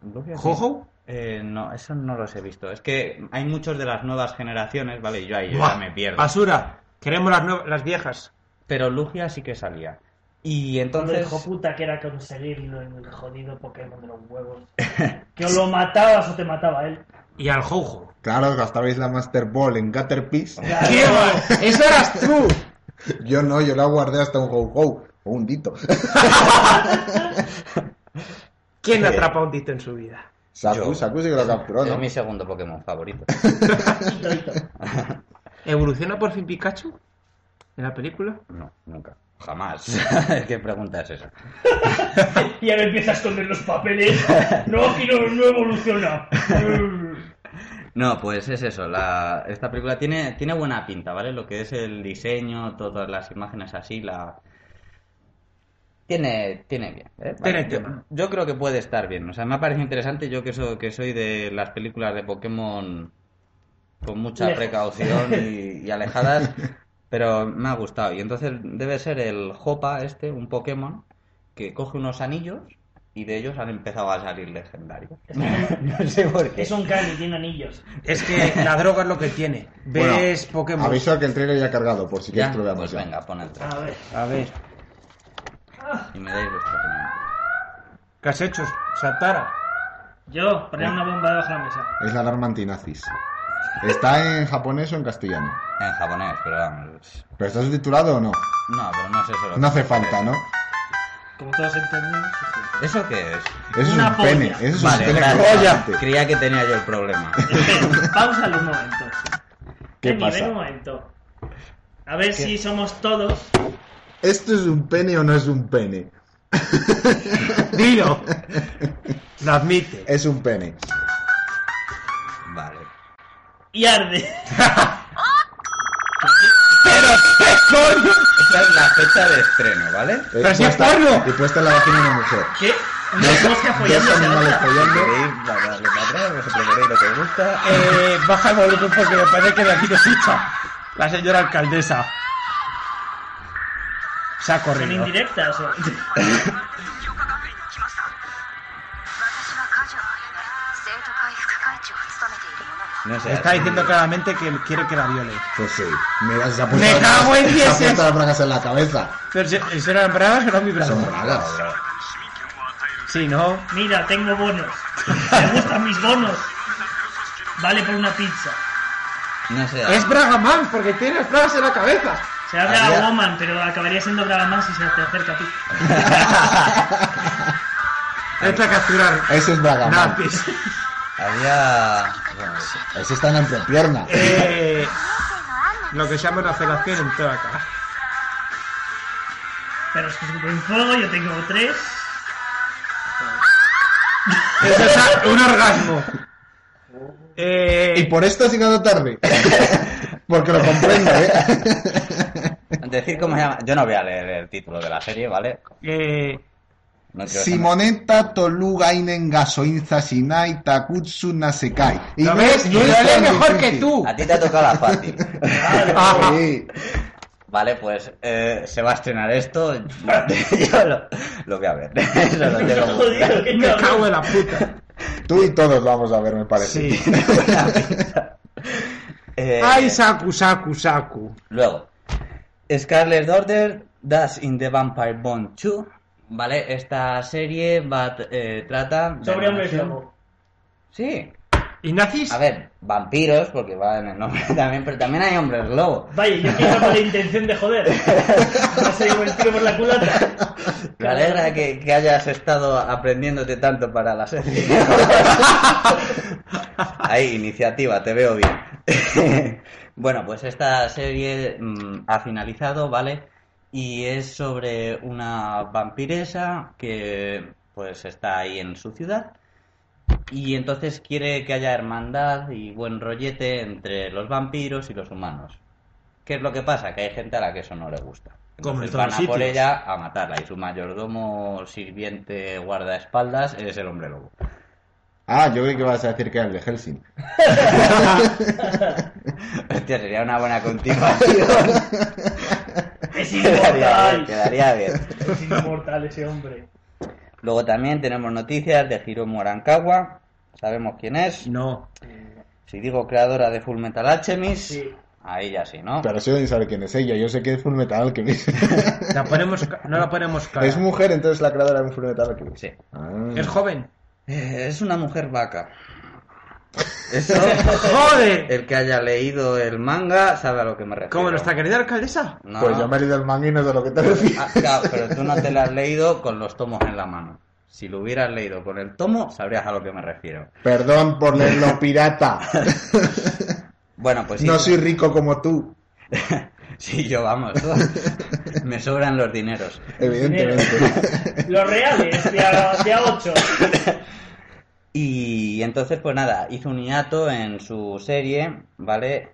Speaker 9: Lugia, sí.
Speaker 2: ¿Jojo?
Speaker 9: Eh, no, eso no los he visto. Es que hay muchos de las nuevas generaciones, ¿vale? Y yo ahí yo
Speaker 2: Buah,
Speaker 9: ya me pierdo.
Speaker 2: Basura. Queremos las, nuevas- las viejas.
Speaker 9: Pero Lugia sí que salía. Y
Speaker 3: Entonces...
Speaker 9: entonces...
Speaker 3: hijo puta que era conseguirlo en el jodido Pokémon de los huevos. Que o lo matabas o te mataba él.
Speaker 2: Y al Jojo.
Speaker 1: Claro, os gastabais la Master Ball en Caterpies.
Speaker 2: ¡Qué va! ¡Eso eras tú!
Speaker 1: Yo no, yo la guardé hasta un go go o un dito.
Speaker 2: ¿Quién
Speaker 9: Sí.
Speaker 2: atrapa a un dito en su vida?
Speaker 1: Saku,
Speaker 9: Yo.
Speaker 1: Saku sí que lo capturó,
Speaker 9: Pues Es
Speaker 1: ¿no?
Speaker 9: mi segundo Pokémon favorito.
Speaker 2: ¿Evoluciona por fin Pikachu? ¿En la película?
Speaker 9: No, nunca. Jamás. ¿Qué pregunta es esa?
Speaker 3: Y ahora empieza a esconder los papeles. No, aquí no, no evoluciona.
Speaker 9: No, pues es eso. La... Esta película tiene, tiene buena pinta, ¿vale? Lo que es el diseño, todas las imágenes así, la... Tiene, tiene bien. ¿eh?
Speaker 2: Tiene
Speaker 9: yo,
Speaker 2: tema.
Speaker 9: yo creo que puede estar bien. O sea, me ha parecido interesante. Yo que, so- que soy de las películas de Pokémon con mucha
Speaker 3: Lejos.
Speaker 9: precaución y, y alejadas, pero me ha gustado. Y entonces debe ser el Hopa este, un Pokémon, que coge unos anillos y de ellos han empezado a salir legendarios. no sé por qué.
Speaker 3: Es un can y tiene anillos.
Speaker 2: Es que la droga es lo que tiene. Ves Pokémon.
Speaker 1: Aviso que el trailer ya ha cargado, por si
Speaker 9: Ya,
Speaker 1: quieres que lo veamos
Speaker 9: pues
Speaker 1: ya.
Speaker 9: venga, pon el traje
Speaker 3: A ver.
Speaker 2: A ver,
Speaker 9: y me dais vuestra opinión.
Speaker 2: ¿qué has hecho, Satara?
Speaker 3: Yo, poner una bomba debajo de la mesa.
Speaker 1: Es la alarma antinazis. ¿Está en japonés o en castellano?
Speaker 9: En japonés, pero vamos.
Speaker 1: ¿Pero está subtitulado o no?
Speaker 9: No, pero no sé eso. lo
Speaker 1: No
Speaker 9: que
Speaker 1: hace
Speaker 9: es.
Speaker 1: falta, ¿no?
Speaker 3: Como todos entendemos.
Speaker 9: ¿Eso qué es?
Speaker 1: Eso es
Speaker 3: Una
Speaker 1: un pene.
Speaker 3: polla.
Speaker 1: Eso es
Speaker 9: Vale,
Speaker 1: un pene este.
Speaker 9: gracias.
Speaker 1: colgante.
Speaker 9: Creía que tenía yo el problema.
Speaker 3: Espera, Páusalo un momento.
Speaker 1: ¿Qué
Speaker 3: Emi,
Speaker 1: pasa?
Speaker 3: ven un momento. A ver si somos todos.
Speaker 1: ¿Esto es un pene o no es un pene?
Speaker 2: Dilo. Eh, Lo admite.
Speaker 1: Es un pene.
Speaker 9: Vale.
Speaker 3: Y arde.
Speaker 9: Esa es la fecha de estreno, ¿vale?
Speaker 1: Eh,
Speaker 2: ¡Pero si es
Speaker 1: puesta-
Speaker 2: porno!
Speaker 1: Y puesta en la vagina de una mujer.
Speaker 3: ¿Qué? Una mosca
Speaker 1: Dos
Speaker 3: follándose a
Speaker 1: animales
Speaker 3: otra.
Speaker 1: follando.
Speaker 9: ¿Queréis para darle para atrás? ¿Vosotros queréis lo que os gusta?
Speaker 2: Eh, baja el volumen porque me parece que de aquí nos echa la señora alcaldesa. Se ha
Speaker 3: ¿Son
Speaker 2: corrido.
Speaker 3: indirectas o...?
Speaker 9: No sé.
Speaker 2: Está diciendo claramente que quiere que la viole.
Speaker 1: Pues sí. Mira, se ha
Speaker 2: ¡Me
Speaker 1: puesto, la,
Speaker 2: cago en
Speaker 1: se
Speaker 2: diez!
Speaker 1: ha puesto la bragas en la cabeza.
Speaker 2: Pero si- ¿eso eran bragas o eran
Speaker 1: Son
Speaker 2: vibradores?
Speaker 1: bragas.
Speaker 2: Sí, ¿no?
Speaker 3: Mira, tengo bonos. Me gustan mis bonos. Vale por una pizza.
Speaker 9: No sé.
Speaker 2: Es Bragaman, porque tiene bragas en la cabeza.
Speaker 3: Se habla
Speaker 9: Habría-
Speaker 3: a Woman, pero acabaría siendo Braga más si se te acerca a ti.
Speaker 2: Entra a capturar.
Speaker 1: Eso es braga. man.
Speaker 2: Napis.
Speaker 9: Había. bueno,
Speaker 1: Eso está en la entrepierna.
Speaker 2: Eh, lo que se llama una felación en toda la cara.
Speaker 3: Pero es que es un buen fuego, yo tengo tres.
Speaker 2: Eso es a- un orgasmo. Eh,
Speaker 1: Y por esto has llegado tarde. Porque lo comprendo, ¿eh?
Speaker 9: Decir cómo se llama. Yo no voy a leer el título de la serie, ¿vale?
Speaker 2: eh,
Speaker 9: No quiero
Speaker 1: Simoneta, Tolugainen, Gasoinza, Sinai, Takutsu, Nasekai. Y
Speaker 2: ¿Lo
Speaker 1: no
Speaker 2: ves?
Speaker 1: es-
Speaker 2: Yo
Speaker 1: no es
Speaker 2: leo
Speaker 1: tan
Speaker 2: mejor que
Speaker 1: difícil.
Speaker 2: tú.
Speaker 9: saber. A ti te ha tocado la fácil.
Speaker 2: Ajá.
Speaker 1: Sí.
Speaker 9: Vale, pues eh, se va a estrenar esto. Yo lo, lo voy a ver. Eso lo tengo muy claro.
Speaker 3: Joder, qué
Speaker 2: Me
Speaker 3: cabrón.
Speaker 2: cago en la puta.
Speaker 1: Tú y todos lo vamos a ver, me parece.
Speaker 2: Sí.
Speaker 9: Eh,
Speaker 2: Ay, Saku, Saku, Saku.
Speaker 9: Luego, Scarlet Order, Das in the Vampire Bond 2. Vale, esta serie va, eh, trata. de
Speaker 3: Sobre
Speaker 9: la
Speaker 3: hombre
Speaker 9: nación-
Speaker 3: lobo.
Speaker 9: Sí,
Speaker 2: ¿Y nazis?
Speaker 9: a ver, vampiros, porque va en el nombre también, pero también hay hombres lobo.
Speaker 3: Vaya, yo que iba con la intención de joder. No sé, con el tiro por la culata.
Speaker 9: Me alegra que, que hayas estado aprendiéndote tanto para la serie. Ahí, iniciativa, te veo bien. bueno, pues esta serie mm, ha finalizado, ¿vale? Y es sobre una vampiresa que pues está ahí en su ciudad y entonces quiere que haya hermandad y buen rollete entre los vampiros y los humanos. ¿Qué es lo que pasa? Que hay gente a la que eso no le gusta.
Speaker 2: Como en todos
Speaker 9: Entonces Pues van a
Speaker 2: sitios.
Speaker 9: por ella a matarla y su mayordomo, sirviente, guardaespaldas es el hombre lobo.
Speaker 1: Ah, yo creí que ibas a decir que era el de Helsing.
Speaker 9: Hostia, sería una buena continuación.
Speaker 3: Es
Speaker 9: quedaría, bien,
Speaker 3: inmortal.
Speaker 9: quedaría bien.
Speaker 3: Es inmortal ese hombre.
Speaker 9: Luego también tenemos noticias de Hiromu Arankawa. Sabemos quién es.
Speaker 2: No.
Speaker 9: Si digo creadora de Full Metal Alchemist,
Speaker 3: Sí.
Speaker 9: ahí ya sí, ¿no?
Speaker 1: Pero si yo ni saber quién es ella, yo sé que es Full Metal Alchemist.
Speaker 2: La ponemos, ca- no la ponemos cara.
Speaker 1: Es mujer, entonces la creadora de Full Metal Alchemist.
Speaker 9: Sí.
Speaker 1: Ah.
Speaker 2: Es joven.
Speaker 9: Eh, Es una mujer vaca. Eso,
Speaker 2: ¡Joder!
Speaker 9: el que haya leído el manga sabe a lo que me refiero.
Speaker 2: ¿Cómo nuestra querida alcaldesa?
Speaker 9: No.
Speaker 1: Pues yo me he leído el manga y no sé a lo que te refieres.
Speaker 9: Ah, claro, pero tú no te lo has leído con los tomos en la mano. Si lo hubieras leído con el tomo, sabrías a lo que me refiero.
Speaker 1: Perdón por leerlo pirata.
Speaker 9: Bueno, pues sí.
Speaker 1: No soy rico como tú,
Speaker 9: Sí, yo vamos. me sobran los dineros.
Speaker 1: evidentemente.
Speaker 3: Los reales, de a, de a 8.
Speaker 9: Y entonces, pues nada, hizo un hiato en su serie, ¿vale?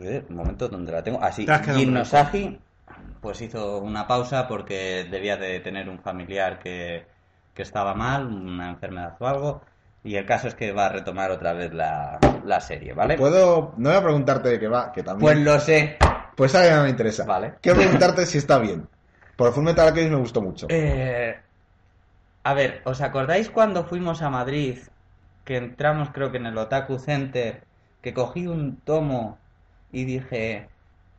Speaker 9: Eh, un momento donde la tengo. Así,
Speaker 2: Te has quedado
Speaker 9: Jin
Speaker 2: blanco.
Speaker 9: Nosagi, pues hizo una pausa porque debía de tener un familiar que, que estaba mal, una enfermedad o algo. Y el caso es que va a retomar otra vez la, la serie, ¿vale?
Speaker 1: Puedo. No voy a preguntarte de qué va, que
Speaker 9: Pues
Speaker 1: también.
Speaker 9: lo sé.
Speaker 1: Pues a mí no me interesa.
Speaker 9: Vale.
Speaker 1: Quiero preguntarte si está bien. Por Fullmetal Alchemist me gustó mucho.
Speaker 9: Eh, a ver, ¿os acordáis cuando fuimos a Madrid? Que entramos, creo que en el Otaku Center, que cogí un tomo y dije,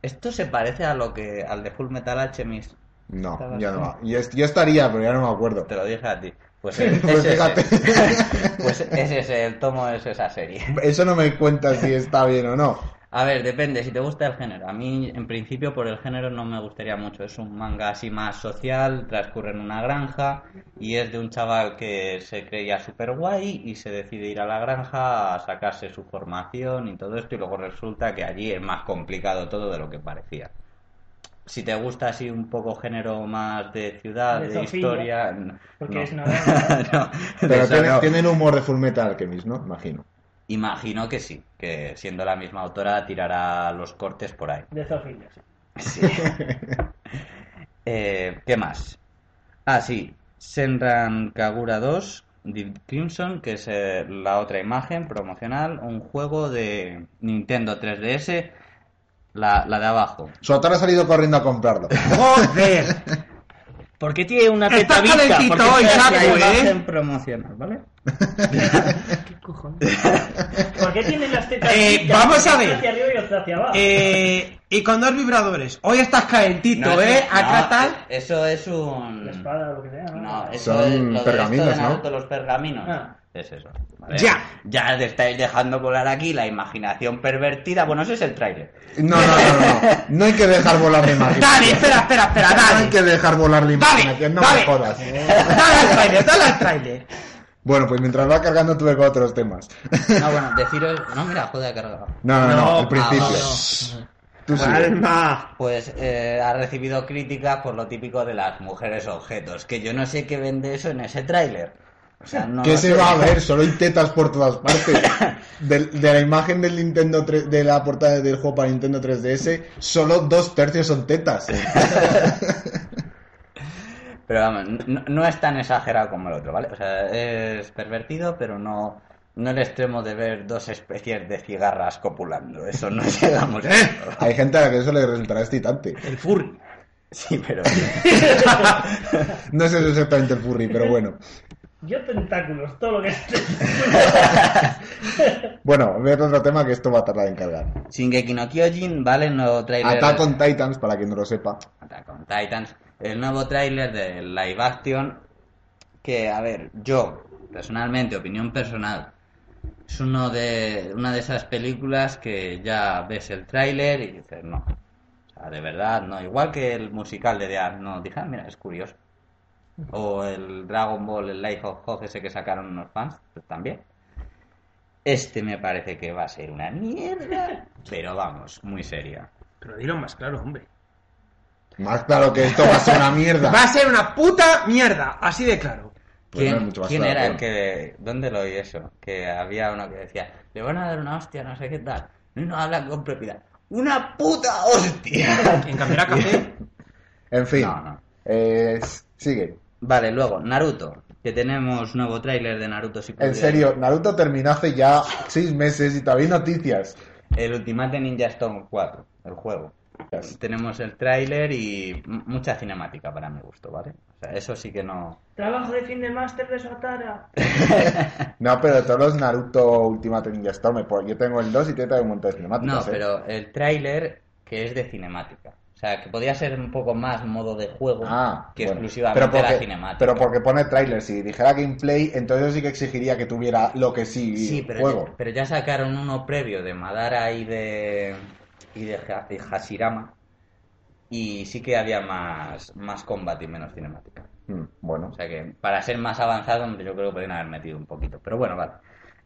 Speaker 9: esto se parece a lo que al de Full Metal Alchemist.
Speaker 1: no,
Speaker 9: estaba
Speaker 1: ya no va.
Speaker 9: bastante.
Speaker 1: Yo, est- yo estaría, pero ya no me acuerdo.
Speaker 9: Te lo dije a ti. Pues, es-
Speaker 1: Pues
Speaker 9: es
Speaker 1: fíjate.
Speaker 9: ese. Pues es ese, el tomo es esa serie.
Speaker 1: Eso no me cuenta si está bien o no.
Speaker 9: A ver, depende, si te gusta el género. A mí, en principio, por el género no me gustaría mucho. Es un manga así más social, transcurre en una granja y es de un chaval que se creía súper guay y se decide ir a la granja a sacarse su formación y todo esto y luego resulta que allí es más complicado todo de lo que parecía. Si te gusta así un poco género más de ciudad,
Speaker 3: De
Speaker 9: de
Speaker 3: zoofilia,
Speaker 9: historia... n-
Speaker 3: porque
Speaker 9: no.
Speaker 3: es novela.
Speaker 9: No, de
Speaker 1: Pero
Speaker 9: eso
Speaker 1: tiene-
Speaker 9: no.
Speaker 1: tienen humor de Fullmetal Alchemist, ¿no? Imagino.
Speaker 9: Imagino que sí, que siendo la misma autora tirará los cortes por ahí.
Speaker 3: De zoofilia, sí.
Speaker 9: Sí. Eh, ¿Qué más? Ah, sí. Senran Kagura 2, Deep Crimson, que es eh, la otra imagen promocional, un juego de Nintendo 3DS, la, la de abajo.
Speaker 1: Su autor ha salido corriendo a comprarlo.
Speaker 3: ¡Joder! ¿Por qué tiene una
Speaker 2: Está
Speaker 3: teta vista?
Speaker 2: calentito
Speaker 3: ¿Por qué
Speaker 2: hoy,
Speaker 3: tiene
Speaker 2: Saku,
Speaker 3: la
Speaker 2: ¿eh?
Speaker 9: imagen promocional, ¿vale?
Speaker 3: ¿Qué cojones? ¿Por qué tiene las tetas
Speaker 2: Eh,
Speaker 3: lisas?
Speaker 2: vamos a
Speaker 3: Una
Speaker 2: ver.
Speaker 3: hacia arriba y otra hacia abajo.
Speaker 2: Eh, y con dos vibradores. Hoy estás calentito,
Speaker 9: No,
Speaker 2: ¿eh?
Speaker 9: eso-
Speaker 2: Acá
Speaker 9: no,
Speaker 2: tal.
Speaker 9: Eso Ah, es un...
Speaker 3: La espada, lo que sea. ¿no?
Speaker 9: No, eso
Speaker 1: Son
Speaker 9: es lo de
Speaker 1: pergaminos,
Speaker 9: esto de
Speaker 1: ¿no?
Speaker 9: Naruto, los pergaminos.
Speaker 3: Ah.
Speaker 9: Es eso. ¿vale?
Speaker 2: Ya.
Speaker 9: Ya te estáis dejando volar aquí la imaginación pervertida. Bueno, ese es el tráiler.
Speaker 1: No, no, no, no. No hay que dejar volar la imaginación.
Speaker 2: Dale, espera, espera, espera,
Speaker 1: No hay
Speaker 2: dale.
Speaker 1: que dejar volar la imaginación, no
Speaker 2: dale.
Speaker 1: me jodas. eh.
Speaker 2: Dale al trailer, dale al trailer.
Speaker 1: Bueno, pues mientras va cargando tuve con otros temas.
Speaker 9: No, bueno, deciros... No, mira, joder, ha cargado.
Speaker 1: No, no, no,
Speaker 9: No, Ah,
Speaker 1: el principio.
Speaker 9: no,
Speaker 1: Tú sí.
Speaker 2: Calma.
Speaker 9: Pues eh, ha recibido críticas por lo típico de las mujeres objetos. Que yo no sé qué vende eso en ese tráiler. O sea, no
Speaker 1: ¿Qué
Speaker 9: lo
Speaker 1: se
Speaker 9: sé.
Speaker 1: va a ver? Solo hay tetas por todas partes. De, de la imagen del Nintendo 3 de la portada del juego para Nintendo 3DS, solo dos tercios son tetas.
Speaker 9: Pero vamos, no, no es tan exagerado como el otro, ¿vale? O sea, es pervertido, pero no, no el extremo de ver dos especies de cigarras copulando. Eso no llegamos
Speaker 1: ¿Eh?
Speaker 9: a eso.
Speaker 1: Hay gente a la que eso le resultará excitante.
Speaker 2: El furry.
Speaker 9: Sí, pero...
Speaker 1: No es eso exactamente el furry, pero bueno.
Speaker 3: Yo tentáculos, todo lo que...
Speaker 1: Bueno, ver otro tema que esto va a tardar en cargar.
Speaker 9: Shingeki no Kyojin, ¿vale? No trailer...
Speaker 1: Attack on Titans, para quien no lo sepa.
Speaker 9: Attack on Titans, el nuevo tráiler de Live Action, que, a ver, yo, personalmente, opinión personal, es uno de, una de esas películas que ya ves el tráiler y dices, no, o sea, de verdad, no, igual que el musical de The Ark, no, dije, ah, mira, es curioso. O el Dragon Ball, el Life of Hope, ese que sacaron unos fans, pues también. Este me parece que va a ser una mierda, pero vamos, muy seria.
Speaker 2: Pero dilo más claro, hombre.
Speaker 1: Más claro que esto va a ser una mierda.
Speaker 2: Va a ser una puta mierda, así de claro.
Speaker 1: Pues no
Speaker 9: ¿Quién,
Speaker 1: es mucho más
Speaker 9: quién
Speaker 1: claro,
Speaker 9: era el
Speaker 1: pero-
Speaker 9: que.? ¿Dónde lo oí eso? Que había uno que decía, le van a dar una hostia, no sé qué tal. No hablan con propiedad. ¡Una puta hostia!
Speaker 2: En Camera Café.
Speaker 1: En fin.
Speaker 9: No, no.
Speaker 1: Eh, s- sigue.
Speaker 9: Vale, luego, Naruto. Que tenemos nuevo tráiler de Naruto Shippuden.
Speaker 1: En serio, Naruto terminó hace ya seis meses y todavía hay noticias.
Speaker 9: El Ultimate Ninja Storm 4, el juego. Tenemos el tráiler y m- mucha cinemática para mi gusto, ¿vale? O sea, eso sí que no.
Speaker 3: Trabajo de fin de máster de Sotara.
Speaker 1: No, pero de todos los Naruto Ultimate Ninja Storm, por- yo tengo el 2 y tengo un montón de
Speaker 9: No,
Speaker 1: cinemáticas. ¿eh?
Speaker 9: pero el tráiler que es de cinemática. O sea, que podría ser un poco más modo de juego
Speaker 1: Ah,
Speaker 9: que
Speaker 1: bueno.
Speaker 9: exclusivamente
Speaker 1: pero porque,
Speaker 9: la cinemática.
Speaker 1: Pero porque pone trailer, si dijera gameplay, entonces yo sí que exigiría que tuviera lo que sí,
Speaker 9: Sí, pero,
Speaker 1: juego.
Speaker 9: Ya, pero ya sacaron uno previo de Madara y de, y de, Ha- de Hashirama. Y sí que había más, más combate y menos cinemática.
Speaker 1: Mm, Bueno,
Speaker 9: O sea que para ser más avanzado, hombre, yo creo que podrían haber metido un poquito. Pero bueno, vale.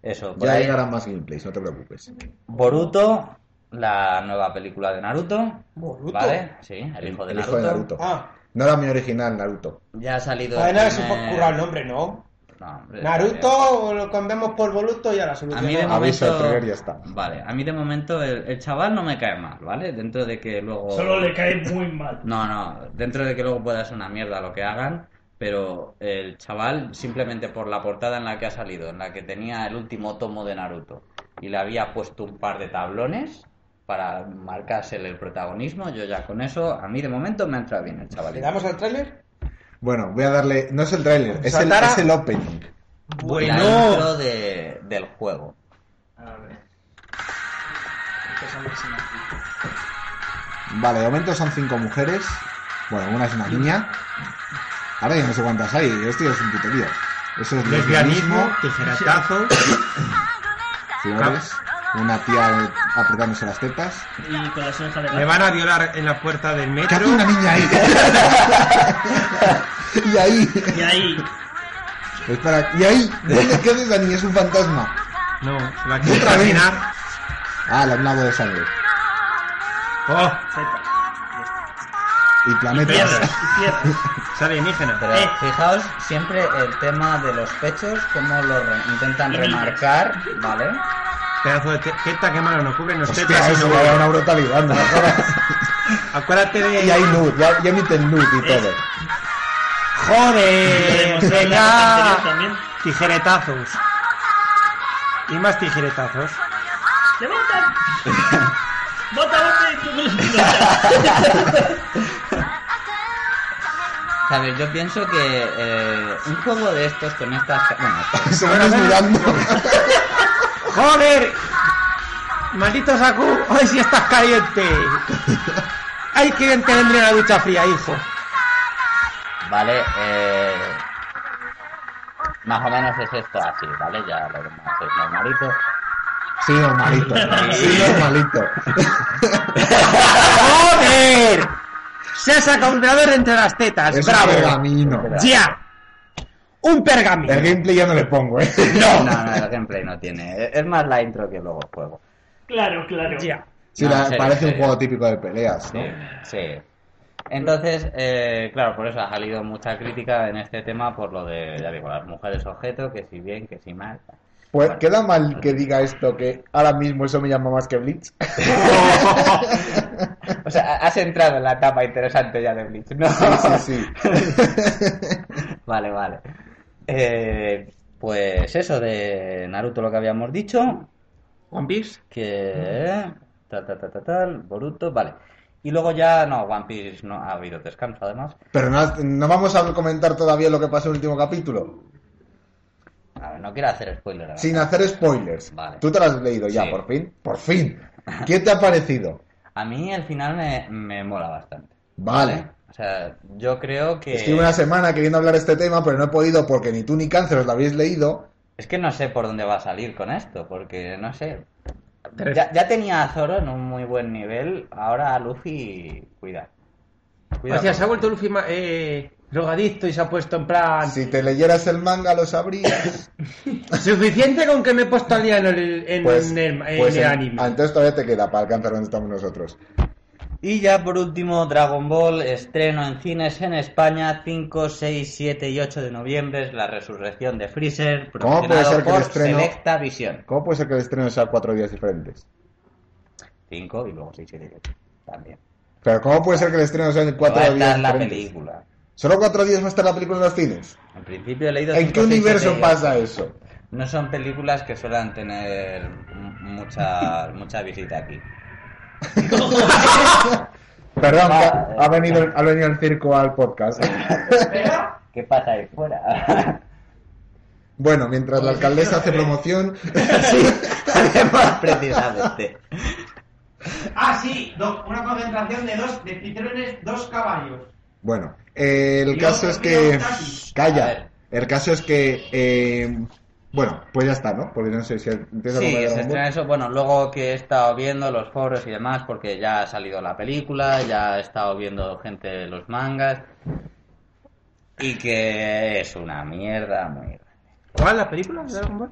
Speaker 9: Eso. por
Speaker 1: ya
Speaker 9: ahí.
Speaker 1: llegarán más gameplays, no te preocupes.
Speaker 9: Boruto, la nueva película de Naruto.
Speaker 2: ¿Boruto?
Speaker 9: ¿Vale? Sí, el hijo de
Speaker 1: El hijo
Speaker 9: Naruto.
Speaker 1: de Naruto.
Speaker 2: Ah,
Speaker 1: No era mi original, Naruto.
Speaker 9: Ya ha salido. el
Speaker 2: además se
Speaker 9: primer-
Speaker 2: puede currar el nombre, ¿no?
Speaker 9: No, hombre,
Speaker 2: Naruto, lo cambiamos por Voluto y a la
Speaker 9: A mí de
Speaker 2: solución.
Speaker 1: Aviso
Speaker 9: momento.
Speaker 1: de trailer, ya está.
Speaker 9: Vale, a mí de momento el, el chaval no me cae mal, ¿vale? Dentro de que luego.
Speaker 3: Solo le cae muy mal.
Speaker 9: No, no, dentro de que luego pueda ser una mierda lo que hagan, pero el chaval, simplemente por la portada en la que ha salido, en la que tenía el último tomo de Naruto, y le había puesto un par de tablones para marcarse el protagonismo, yo ya con eso, a mí de momento me ha entrado bien el chaval.
Speaker 2: ¿Le damos al tráiler?
Speaker 1: Bueno, voy a darle. No es el tráiler, es el,
Speaker 2: Satara.
Speaker 1: es el opening.
Speaker 9: La intro de- del juego.
Speaker 3: A ver. Empezamos sin aquí.
Speaker 1: Vale, de momento son cinco mujeres. Bueno, una es una niña. Ahora ya no sé cuántas hay, esto ya es un puterío. Eso es
Speaker 10: Lesbianismo,
Speaker 1: lesbianismo,
Speaker 10: tijeratazos.
Speaker 1: flores, una tía apretándose las tetas.
Speaker 3: Y con las orejas de
Speaker 2: Me
Speaker 3: gato.
Speaker 2: van a violar en la puerta del
Speaker 1: ¿Qué hace
Speaker 2: metro.
Speaker 1: una niña ahí? y ahí,
Speaker 3: Y ahí.
Speaker 1: espera, y ahí, ¿Dónde- ¿qué hace esa niña? Es un fantasma.
Speaker 2: No, se la quiero
Speaker 1: Otra vez.
Speaker 2: terminar.
Speaker 1: Ah, la hablado de sangre.
Speaker 2: Oh,
Speaker 3: Z.
Speaker 1: Y
Speaker 3: Piedras.
Speaker 1: planetas.
Speaker 3: Y piedras.
Speaker 2: es alienígena.
Speaker 9: Pero
Speaker 3: Eh.
Speaker 9: fijaos siempre el tema de los pechos, cómo lo re- intentan
Speaker 3: Y niñas.
Speaker 9: remarcar, ¿vale?
Speaker 2: Pedazo de te- teta que malo no cubre, no es teta,
Speaker 1: Hostia, eso
Speaker 2: sino-
Speaker 1: era una brutalidad, ¿no?
Speaker 2: Acuérdate de.
Speaker 1: Y hay luz, ya, ya emiten luz y todo.
Speaker 2: ¡Joder!
Speaker 3: Podemos ver la
Speaker 2: ¡Venga!
Speaker 3: parte anterior también.
Speaker 2: Tijeretazos. Y más tijeretazos.
Speaker 3: ¡Levantan! ¡Bota, bota! y tú me lo-
Speaker 9: Sabes, yo pienso que eh, un juego de estos con estas... ca- Bueno,
Speaker 1: Se van mirando.
Speaker 2: ¡Joder! ¡Maldito Saku! ¡Hoy sí estás caliente! ¡Hay que bien te vendré la ducha fría, hijo!
Speaker 9: vale, eh, más o menos es esto así, ¿vale? Ya lo demás es normalito.
Speaker 1: Sí, normalito. Sí, normalito.
Speaker 2: ¡Joder! Se ha sacado un vibrador entre las tetas.
Speaker 1: Es un
Speaker 2: ¡Bravo!
Speaker 1: pergamino.
Speaker 2: ¡Ya! ¡Un pergamino!
Speaker 1: El gameplay ya no le pongo, ¿eh?
Speaker 9: No, no, el gameplay no tiene. Es más la intro que luego el juego.
Speaker 3: Claro, claro.
Speaker 2: ¡Ya!
Speaker 1: Sí,
Speaker 9: No,
Speaker 1: la-
Speaker 9: en serio,
Speaker 1: parece
Speaker 9: en
Speaker 1: un
Speaker 9: serio.
Speaker 1: juego típico de peleas,
Speaker 9: Sí,
Speaker 1: ¿no?
Speaker 9: sí. Entonces, eh, claro, por eso ha salido mucha crítica en este tema por lo de, ya digo, las mujeres objeto, que si bien, que si mal.
Speaker 1: Pues
Speaker 9: Bueno.
Speaker 1: queda mal que diga esto, que ahora mismo eso me llama más que Blitz.
Speaker 9: O sea, has entrado en la etapa interesante ya de Blitz, ¿no?
Speaker 1: Sí, sí,
Speaker 9: Vale, vale. Eh, pues eso de Naruto lo que habíamos dicho,
Speaker 2: ¿One Piece?
Speaker 9: que... Tal, tal, tal, tal, tal, Boruto, vale. Y luego ya, no, One Piece no ha habido descanso además.
Speaker 1: Pero no, no vamos a comentar todavía lo que pasó en el último capítulo.
Speaker 9: A ver, no quiero hacer spoiler. ahora.
Speaker 1: Sin hacer spoilers.
Speaker 9: Vale.
Speaker 1: Tú te lo has leído ya,
Speaker 9: Sí.
Speaker 1: por fin. Por fin. ¿Qué te ha parecido?
Speaker 9: A mí el final me, me mola bastante.
Speaker 1: Vale.
Speaker 9: O sea, yo creo que...
Speaker 1: Estuve una semana queriendo hablar de este tema, pero no he podido porque ni tú ni Cáncer os lo habéis leído.
Speaker 9: Es que no sé por dónde va a salir con esto, porque no sé. Ya, ya tenía a Zoro en un muy buen nivel, ahora a Luffy, cuida. Cuida
Speaker 2: Hostia, se ha
Speaker 9: con-
Speaker 2: vuelto Luffy ma- eh, drogadicto y se ha puesto en plan...
Speaker 1: Si te leyeras el manga lo sabrías.
Speaker 2: Suficiente con que me he puesto al día en el, en,
Speaker 1: Pues,
Speaker 2: en el- en
Speaker 1: pues
Speaker 2: el
Speaker 1: en-
Speaker 2: anime.
Speaker 1: Entonces todavía te queda para alcanzar donde estamos nosotros.
Speaker 9: Y ya por último, Dragon Ball, estreno en cines en España, 5, 6, 7 y 8 de noviembre, es la resurrección de Freezer,
Speaker 1: ¿Cómo puede
Speaker 9: promocionado
Speaker 1: ser que el
Speaker 9: por
Speaker 1: estreno-
Speaker 9: Selecta Visión.
Speaker 1: ¿Cómo puede ser que el estreno sea cuatro días diferentes?
Speaker 9: 5 y luego 6, 7 y 8. También.
Speaker 1: Pero ¿cómo puede ser que el estreno sea en
Speaker 9: Va a
Speaker 1: cuatro días
Speaker 9: estar la
Speaker 1: diferentes?
Speaker 9: película.
Speaker 1: ¿Solo cuatro días va a estar la película en los cines?
Speaker 9: En principio he leído.
Speaker 1: ¿En
Speaker 9: cinco,
Speaker 1: qué
Speaker 9: seis,
Speaker 1: universo
Speaker 9: siete y
Speaker 1: pasa
Speaker 9: ocho.
Speaker 1: eso?
Speaker 9: No son películas que suelen tener m- mucha, mucha visita aquí.
Speaker 1: Perdón,
Speaker 9: Va,
Speaker 1: que
Speaker 9: eh,
Speaker 1: ha, ha venido, ha venido el circo al podcast.
Speaker 9: ¿Qué pasa ahí fuera?
Speaker 1: bueno, mientras la alcaldesa hace promoción,
Speaker 9: Además, precisamente.
Speaker 10: Ah, sí, do- una concentración de dos, de citrones, dos caballos.
Speaker 1: Bueno, eh, el
Speaker 10: Y
Speaker 1: caso
Speaker 10: otro
Speaker 1: es
Speaker 10: tío,
Speaker 1: que.
Speaker 10: Taki.
Speaker 9: A
Speaker 1: Calla.
Speaker 9: ver.
Speaker 1: El caso es que. eh, bueno, pues ya está, ¿no? Porque no sé si empieza
Speaker 9: Sí,
Speaker 1: a comer
Speaker 9: se
Speaker 1: Dragon Ball.
Speaker 9: estrena eso. Bueno, luego que he estado viendo los foros y demás, porque ya ha salido la película, ya he estado viendo gente de los mangas. Y que es una mierda, muy
Speaker 2: ¿Cuál la película de Dragon Ball?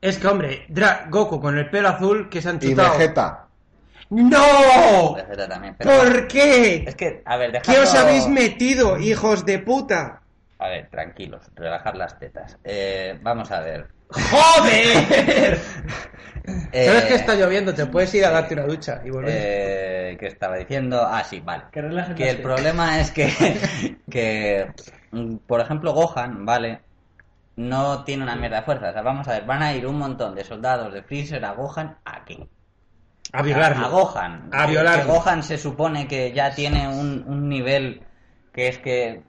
Speaker 2: Es que, hombre, Dra- Goku con el pelo azul que se han
Speaker 1: Y
Speaker 2: chutado...
Speaker 1: Vegeta.
Speaker 2: ¡No!
Speaker 9: grande. también. pero
Speaker 2: ¿Por
Speaker 9: Es
Speaker 2: qué?
Speaker 9: que, a ver, dejadlo...
Speaker 2: ¿Qué os habéis metido, hijos de puta?
Speaker 9: A ver, tranquilos, relajad las tetas. Eh, vamos a ver.
Speaker 2: ¡Joder!
Speaker 9: Eh,
Speaker 2: Sabes que está lloviendo, te puedes ir a darte una ducha y
Speaker 1: eh,
Speaker 2: volver.
Speaker 9: eh, ¿Qué estaba diciendo? Ah, sí, vale.
Speaker 3: Que relajen
Speaker 9: Que
Speaker 3: las
Speaker 9: el
Speaker 3: tetas.
Speaker 9: problema es que, que mm, mm, por ejemplo, Gohan, ¿vale? No tiene una mierda de fuerza. O sea, vamos a ver, van a ir un montón de soldados de Freezer a Gohan aquí.
Speaker 2: A violarlo.
Speaker 9: A Gohan.
Speaker 2: A
Speaker 9: Que-
Speaker 2: violarlo.
Speaker 9: que Gohan se supone que ya tiene un, un nivel que es que.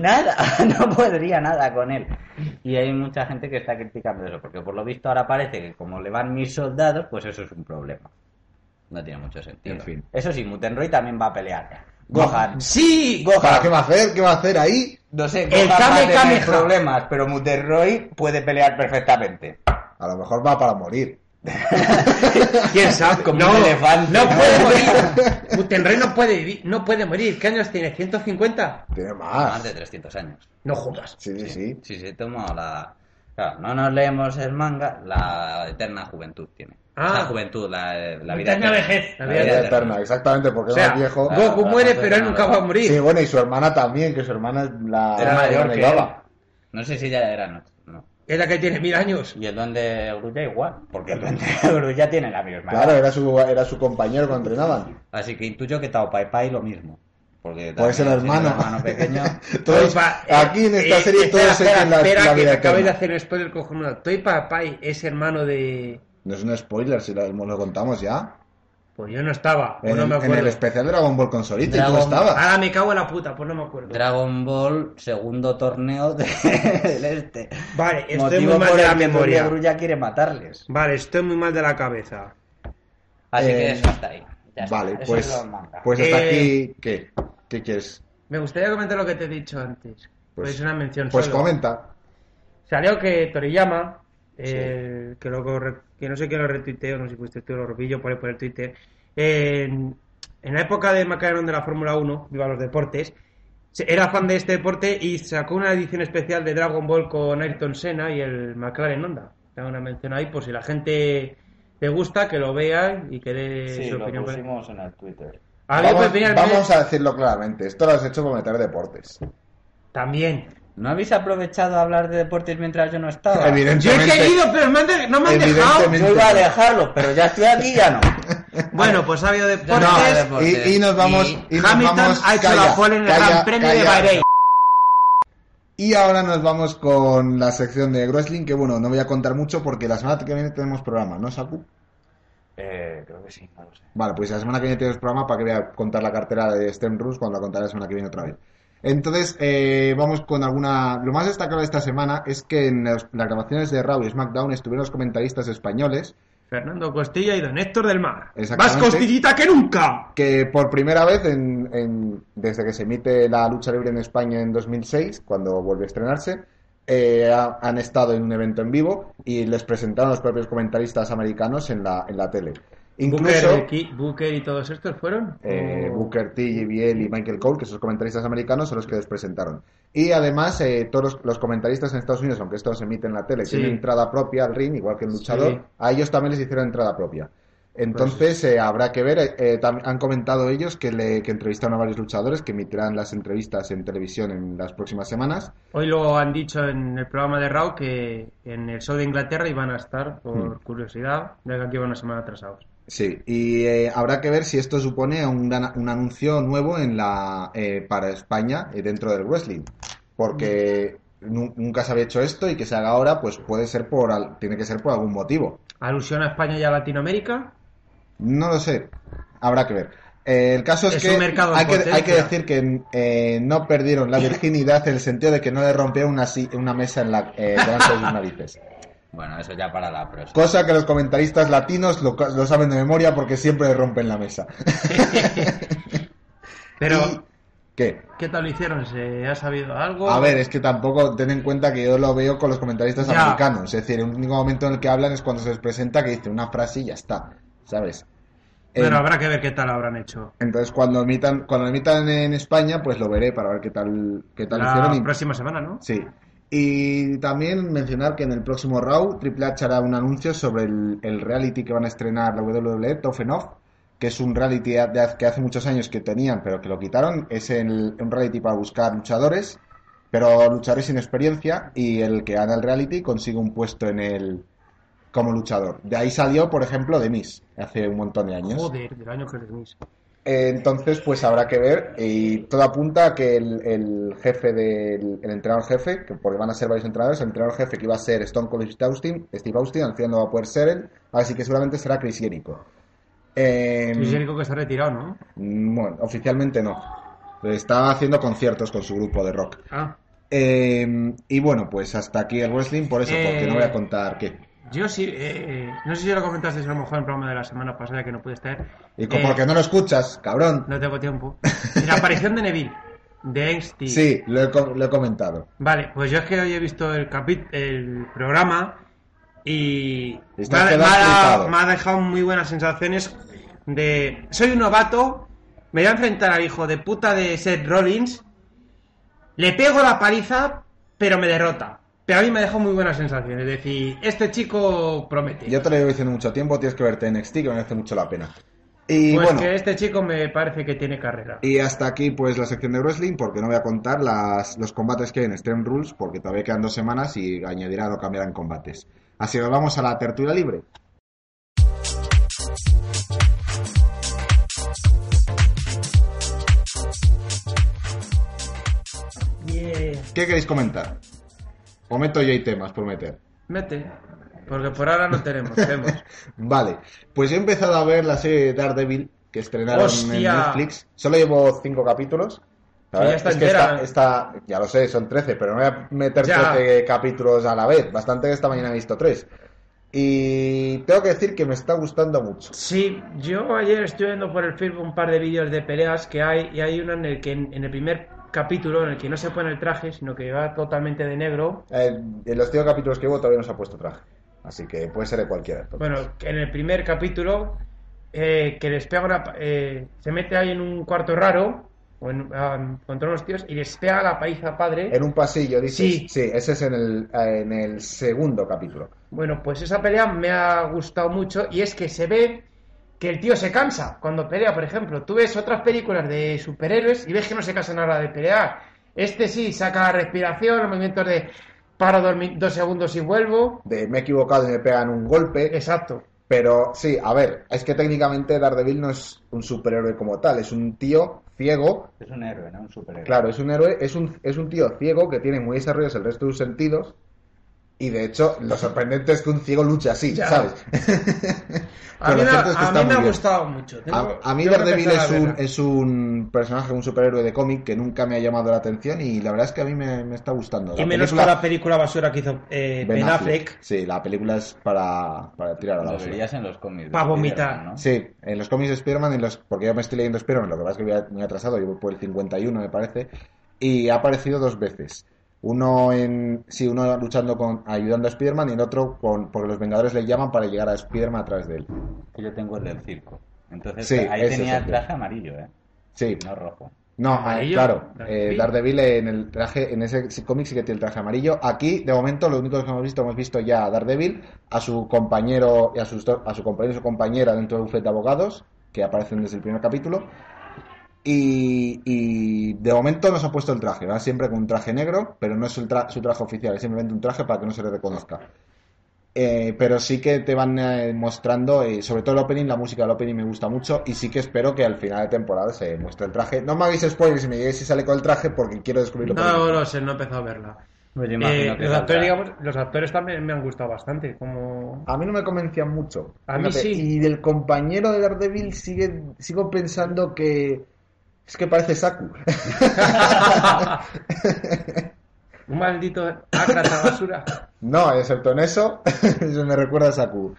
Speaker 9: Nada, no podría nada con él. Y hay mucha gente que está criticando eso, porque por lo visto ahora parece que como le van mis soldados, pues eso es un problema. No tiene mucho sentido.
Speaker 1: En fin.
Speaker 9: Eso sí, Mutenroy también va a pelear. Gohan.
Speaker 2: Sí,
Speaker 9: Gohan.
Speaker 1: ¿Para qué va a hacer? ¿Qué va a hacer ahí?
Speaker 9: No sé,
Speaker 2: El
Speaker 9: Gohan va a
Speaker 2: Kame
Speaker 9: tener
Speaker 2: Kameha.
Speaker 9: problemas, pero Mutenroy puede pelear perfectamente.
Speaker 1: A lo mejor va para morir.
Speaker 9: ¿Quién sabe? Como
Speaker 2: no,
Speaker 9: un elefante.
Speaker 2: no puede morir. Butenroy no puede vivir, no puede morir. ¿Qué años tiene? ¿150?
Speaker 1: Tiene
Speaker 2: Ah.
Speaker 9: Más
Speaker 1: más.
Speaker 9: de 300 años.
Speaker 2: No jodas.
Speaker 1: Sí, sí, sí.
Speaker 9: Sí, sí, tomo la... Claro, no nos leemos el manga, la eterna juventud tiene.
Speaker 2: Ah.
Speaker 9: La juventud, la, la vida
Speaker 3: Eterna
Speaker 9: eterna.
Speaker 3: vejez.
Speaker 2: La
Speaker 1: La vida eterna, exactamente, porque
Speaker 2: O sea,
Speaker 1: es más viejo. Ah,
Speaker 9: Claro,
Speaker 2: Goku
Speaker 9: claro,
Speaker 2: muere,
Speaker 9: no
Speaker 2: pero él
Speaker 9: puede
Speaker 2: nunca va
Speaker 9: nada.
Speaker 2: a morir.
Speaker 1: Sí, bueno, y su hermana también, que su hermana es la...
Speaker 9: Era
Speaker 1: la
Speaker 9: mayor que
Speaker 1: renegaba.
Speaker 9: No sé si ya era, no. no.
Speaker 2: Es la que tiene mil años.
Speaker 9: Y el duende de Grulla igual, porque el duende de Grulla tiene la misma edad.
Speaker 1: Claro, era su, era su compañero cuando entrenaban.
Speaker 9: Así que intuyo que Tao Pai Pai lo mismo.
Speaker 1: Puede
Speaker 9: Porque también
Speaker 1: ser
Speaker 9: siendo
Speaker 1: hermano.
Speaker 9: hermano pequeño.
Speaker 1: Todos-
Speaker 2: Estoy pa-
Speaker 1: aquí en esta
Speaker 2: eh,
Speaker 1: serie
Speaker 2: espera,
Speaker 1: todos se
Speaker 2: espera,
Speaker 1: dicen la,
Speaker 2: espera,
Speaker 1: la
Speaker 2: que
Speaker 1: vida
Speaker 2: acabáis de
Speaker 1: eterna.
Speaker 2: hacer el spoiler cojonudo. Toy Papai es hermano de...
Speaker 1: No es un spoiler si lo, lo contamos ya.
Speaker 2: Pues yo no estaba, pues
Speaker 1: En,
Speaker 2: no
Speaker 1: el-
Speaker 2: me
Speaker 1: en el
Speaker 2: acuerdo.
Speaker 1: especial Dragon Ball con Solita, y
Speaker 9: Dragon-
Speaker 1: tú estabas.
Speaker 2: Ahora me cago en la puta, pues no me acuerdo.
Speaker 9: Dragon Ball, segundo torneo de- del este.
Speaker 2: Vale, estoy
Speaker 9: Motivo
Speaker 2: muy mal
Speaker 9: por
Speaker 2: de
Speaker 9: el
Speaker 2: la
Speaker 9: que el duende
Speaker 2: memoria.
Speaker 9: de Grulla quiere matarles.
Speaker 2: Vale, estoy muy mal de la cabeza.
Speaker 9: Así
Speaker 1: Eh,
Speaker 9: que eso está ahí. Ya está.
Speaker 1: Vale,
Speaker 9: Eso
Speaker 1: pues,
Speaker 9: es lo manga.
Speaker 1: pues hasta
Speaker 2: Eh,
Speaker 1: aquí. ¿Qué? ¿Qué quieres?
Speaker 2: Me gustaría comentar lo que te he dicho antes. Pues, una mención
Speaker 1: Pues
Speaker 2: solo.
Speaker 1: comenta.
Speaker 2: Salió que Toriyama, eh, que, lo corre- que no sé quién lo retuiteó, no sé si fuiste tú, lo robillo por, ahí por el Twitter, eh, en, en la época de Macaron de la Fórmula 1, viva los deportes, se- era fan de este deporte y sacó una edición especial de Dragon Ball con Ayrton Senna y el McLaren Honda. Da una mención ahí por si la gente le gusta, que lo vea y que dé
Speaker 9: Sí,
Speaker 2: su
Speaker 9: lo
Speaker 2: opinión. pues.
Speaker 9: pusimos en el Twitter.
Speaker 2: Había
Speaker 1: vamos,
Speaker 2: opinión,
Speaker 1: vamos
Speaker 2: ¿eh?
Speaker 1: a decirlo claramente. Esto lo has hecho por meter deportes.
Speaker 2: También.
Speaker 9: ¿No habéis aprovechado a hablar de deportes mientras yo no
Speaker 1: Eh,
Speaker 9: estaba?
Speaker 2: Yo he
Speaker 1: Evidentemente.
Speaker 2: querido, pero me han de- no me han dejado.
Speaker 1: Evidentemente.
Speaker 9: Yo iba a dejarlo, pero ya estoy aquí y ya no.
Speaker 2: Bueno, pues ha habido deportes.
Speaker 9: No,
Speaker 1: No,
Speaker 9: deportes.
Speaker 1: y, y nos vamos.
Speaker 9: Y
Speaker 1: y nos
Speaker 2: Hamilton
Speaker 1: vamos-
Speaker 2: ha hecho la
Speaker 1: calla,
Speaker 2: pole en el
Speaker 1: calla,
Speaker 2: Gran Premio de
Speaker 1: calla.
Speaker 2: Bahrein.
Speaker 1: Y ahora nos vamos con la sección de Wrestling, que bueno, no voy a contar mucho porque la semana que viene tenemos programa, ¿no, Saku?
Speaker 9: Eh, creo que sí, no lo sé.
Speaker 1: Vale, pues la semana que viene tenemos programa para que voy a contar la cartera de STEM Rules cuando la contaré la semana que viene otra vez. Entonces, eh, vamos con alguna... Lo más destacable de esta semana es que en las, las grabaciones de Raw y SmackDown estuvieron los comentaristas españoles
Speaker 2: Fernando Costilla y Don Héctor del Mar. Más
Speaker 1: Exactamente.
Speaker 2: costillita que nunca.
Speaker 1: que por primera vez en, en- desde que se emite la lucha libre en España en 2006, cuando vuelve a estrenarse, eh, ha- han estado en un evento en vivo y les presentaron los propios comentaristas americanos en la, en la tele. Incluso
Speaker 2: Booker, Ki- Booker y todos estos fueron.
Speaker 1: eh,
Speaker 2: Oh.
Speaker 1: Booker T, JBL y Michael Cole, que son los comentaristas americanos, son los que les presentaron. Y además, eh, todos los, los comentaristas en Estados Unidos, aunque esto se emite en la tele,
Speaker 2: Sí.
Speaker 1: tienen entrada propia al ring, igual que el luchador,
Speaker 2: Sí.
Speaker 1: a ellos también les hicieron entrada propia.
Speaker 2: Pues
Speaker 1: Entonces eh, habrá que ver, eh, eh, tam- han comentado ellos que, le, que entrevistaron a varios luchadores que emitirán las entrevistas en televisión en las próximas semanas.
Speaker 2: Hoy lo han dicho en el programa de Raw que en el show de Inglaterra iban a estar,
Speaker 1: Hmm.
Speaker 2: por curiosidad, ya que aquí van una semana atrasados.
Speaker 1: Sí, y eh, habrá que ver si esto supone un, gran- un anuncio nuevo en la, eh, para España eh, dentro del wrestling, porque nu- nunca se había hecho esto y que se haga ahora, pues puede ser por, al- tiene que ser por algún motivo.
Speaker 2: Alusión a España y a Latinoamérica.
Speaker 1: No lo sé, habrá que ver. Eh, el caso es,
Speaker 2: Es
Speaker 1: que,
Speaker 2: un mercado en
Speaker 1: hay que hay que
Speaker 2: potencia.
Speaker 1: decir que eh, no perdieron la virginidad en el sentido de que no le rompieron una, si- una mesa en la, eh, delante de sus narices.
Speaker 9: Bueno, eso ya para la próxima.
Speaker 1: Cosa que los comentaristas latinos lo, ca- lo saben de memoria porque siempre le rompen la mesa.
Speaker 2: Pero,
Speaker 1: ¿Qué?
Speaker 2: ¿qué tal lo hicieron? ¿Se ha sabido algo?
Speaker 1: A ver, es que tampoco ten en cuenta que yo lo veo con los comentaristas
Speaker 2: Ya.
Speaker 1: americanos. Es decir, el único momento en el que hablan es cuando se les presenta que dice una frase y ya está, ¿sabes?
Speaker 2: Pero
Speaker 1: Eh,
Speaker 2: habrá que ver qué tal habrán hecho.
Speaker 1: Entonces cuando emitan, cuando emitan en España, pues lo veré para ver qué tal, qué tal hicieron.
Speaker 2: La
Speaker 1: y-
Speaker 2: próxima semana, ¿no?
Speaker 1: Sí. Y también mencionar que en el próximo Raw, Triple H hará un anuncio sobre el, el reality que van a estrenar la WWE, Tough Enough, que es un reality de haz- que hace muchos años que tenían, pero que lo quitaron. Es el- un reality para buscar luchadores, pero luchadores sin experiencia, y el que gana el reality consigue un puesto en el como luchador. De ahí salió, por ejemplo, The Miz, hace un montón de años.
Speaker 2: Joder, del año que les mis.
Speaker 1: Eh, Entonces, pues habrá que ver. Y todo apunta a que el, el jefe del el entrenador jefe, que porque van a ser varios entrenadores, el entrenador jefe que iba a ser Stone Cold Steve Austin, Steve Austin, al final no va a poder ser él, así que seguramente será Chris Jericho. Eh,
Speaker 2: Luis Jericho que está retirado, ¿no?
Speaker 1: mm, bueno, oficialmente no. Está haciendo conciertos con su grupo de rock.
Speaker 2: Ah.
Speaker 1: Eh, y bueno, pues hasta aquí el wrestling, por eso, porque
Speaker 2: Eh,
Speaker 1: no voy a contar qué.
Speaker 2: Yo sí, eh, eh, no sé si lo comentaste a lo mejor en el programa de la semana pasada que no pude estar.
Speaker 1: Y co-
Speaker 2: Eh,
Speaker 1: porque no lo escuchas, cabrón.
Speaker 2: No tengo tiempo. Y la aparición de Neville, de NXT.
Speaker 1: Sí, lo he, co- lo he comentado.
Speaker 2: Vale, pues yo es que hoy he visto el capi- el programa y me
Speaker 1: Estás
Speaker 2: ha,
Speaker 1: quedado
Speaker 2: me ha-
Speaker 1: flipado.
Speaker 2: me ha dejado muy buenas sensaciones de soy un novato, me voy a enfrentar al hijo de puta de Seth Rollins, le pego la paliza, pero me derrota. Pero a mí me dejó muy buenas sensaciones, es decir, este chico promete.
Speaker 1: Yo te lo llevo diciendo mucho tiempo, tienes que verte en NXT, que merece mucho la pena. Y
Speaker 2: pues
Speaker 1: bueno,
Speaker 2: que este chico me parece que tiene carrera.
Speaker 1: y hasta aquí pues la sección de wrestling, porque no voy a contar las, los combates que hay en Extreme Rules, porque todavía quedan dos semanas y añadirán o cambiarán combates. Así que vamos a la tertulia libre.
Speaker 3: Yeah.
Speaker 1: ¿Qué queréis comentar? O meto yo hay temas por meter.
Speaker 2: Mete, porque por ahora no tenemos, tenemos.
Speaker 1: Vale, pues he empezado a ver la serie de Daredevil que estrenaron en
Speaker 2: ¡Hostia!
Speaker 1: Netflix. Solo llevo cinco capítulos. La
Speaker 2: Que
Speaker 1: verdad
Speaker 2: ya está
Speaker 1: es que
Speaker 2: entera.
Speaker 1: está- está- ya lo sé, son 13, pero no voy a meter
Speaker 2: Ya.
Speaker 1: 13 capítulos a la vez. Bastante que esta mañana he visto tres. Y tengo que decir que me está gustando mucho.
Speaker 2: Sí, yo ayer estuve viendo por el Facebook un par de vídeos de peleas que hay y hay uno en el que en, en el primer capítulo en el que no se pone el traje, sino que va totalmente de negro.
Speaker 1: Eh, en los cinco capítulos que llevo todavía no se ha puesto traje. Así que puede ser de cualquiera. entonces.
Speaker 2: Bueno, que en el primer capítulo eh, que les pega una, pa- eh, se mete ahí en un cuarto raro o en, ah, contra unos tíos y les pega la paliza a padre.
Speaker 1: En un pasillo, dices.
Speaker 2: Sí.
Speaker 1: ese es en el, eh, en el segundo capítulo.
Speaker 2: Bueno, pues esa pelea me ha gustado mucho y es que se ve que el tío se cansa cuando pelea, por ejemplo. Tú ves otras películas de superhéroes y ves que no se cansan ahora de pelear. Este sí, saca la respiración, los movimientos de paro dos, mi- dos segundos y vuelvo.
Speaker 1: De me he equivocado y me pegan un golpe.
Speaker 2: Exacto.
Speaker 1: Pero sí, a ver, es que técnicamente Daredevil no es un superhéroe como tal, es un tío ciego.
Speaker 9: Es un héroe, ¿no? Un superhéroe.
Speaker 1: Claro, es un héroe, es un, es un tío ciego que tiene muy desarrollados el resto de sus sentidos. Y de hecho, lo sorprendente es que un ciego lucha así,
Speaker 2: Ya.
Speaker 1: ¿sabes?
Speaker 2: A
Speaker 1: Pero lo
Speaker 2: mí, me-
Speaker 1: cierto es que
Speaker 2: a
Speaker 1: está
Speaker 2: mí me
Speaker 1: muy
Speaker 2: ha
Speaker 1: bien.
Speaker 2: gustado mucho. Tengo-
Speaker 1: A, a mí
Speaker 2: tengo que
Speaker 1: Daredevil
Speaker 2: empezar
Speaker 1: es
Speaker 2: a
Speaker 1: un,
Speaker 2: verla.
Speaker 1: es un personaje, un superhéroe de cómic que nunca me ha llamado la atención y la verdad es que a mí me, me está gustando.
Speaker 2: Y menos
Speaker 1: película-
Speaker 2: para la película basura que hizo eh,
Speaker 1: Ben
Speaker 2: Ben
Speaker 1: Affleck.
Speaker 2: Affleck.
Speaker 1: Sí, la película es para, para tirar a la
Speaker 9: Lo
Speaker 1: basura.
Speaker 9: verías en los cómics. de
Speaker 2: Pa' vomitar.
Speaker 9: Spider-Man, ¿no?
Speaker 1: Sí, en los cómics de Spider-Man, en los, porque yo me estoy leyendo Spider-Man, lo que pasa es que voy a- muy atrasado, yo voy por el 51 me parece, y ha aparecido dos veces. Uno en sí, uno luchando con ayudando a Spider-Man y el otro con porque los Vengadores le llaman para llegar a Spider-Man a través de él.
Speaker 9: Que yo tengo el del circo. Entonces
Speaker 1: Sí,
Speaker 9: ahí
Speaker 1: ese
Speaker 9: tenía
Speaker 1: es el
Speaker 9: el traje amarillo, ¿eh?
Speaker 1: Sí,
Speaker 9: No rojo.
Speaker 1: no, eh,
Speaker 2: Amarillo,
Speaker 1: claro, eh,
Speaker 2: Daredevil.
Speaker 1: Daredevil en el traje en ese sí- cómic sí que tiene el traje amarillo. Aquí de momento lo único que hemos visto hemos visto ya a Daredevil, a su compañero y a sus do- a su compañero y su compañera dentro del bufete de abogados que aparecen desde el primer capítulo. Y, y de momento no se ha puesto el traje, va siempre con un traje negro, pero no es el tra- su traje oficial, es simplemente un traje para que no se le reconozca. Eh, pero sí que te van eh, mostrando, eh, sobre todo el opening, la música del opening me gusta mucho y sí que espero que al final de temporada se muestre el traje. No me hagáis spoilers si me digáis si sale con el traje porque quiero descubrirlo. por mí
Speaker 2: No, eh, no sé, no he empezado a verla.
Speaker 9: Pues yo
Speaker 2: Eh,
Speaker 9: imagino que
Speaker 2: los,
Speaker 9: saldrá.
Speaker 2: actores, digamos, los actores también me han gustado bastante. Como...
Speaker 1: A mí no me convencían mucho.
Speaker 2: A mí sí.
Speaker 1: Y del compañero de Daredevil sigue, sigo pensando que es que parece Saku.
Speaker 2: Un maldito ácrata basura.
Speaker 1: No, excepto en eso, eso me recuerda a Saku.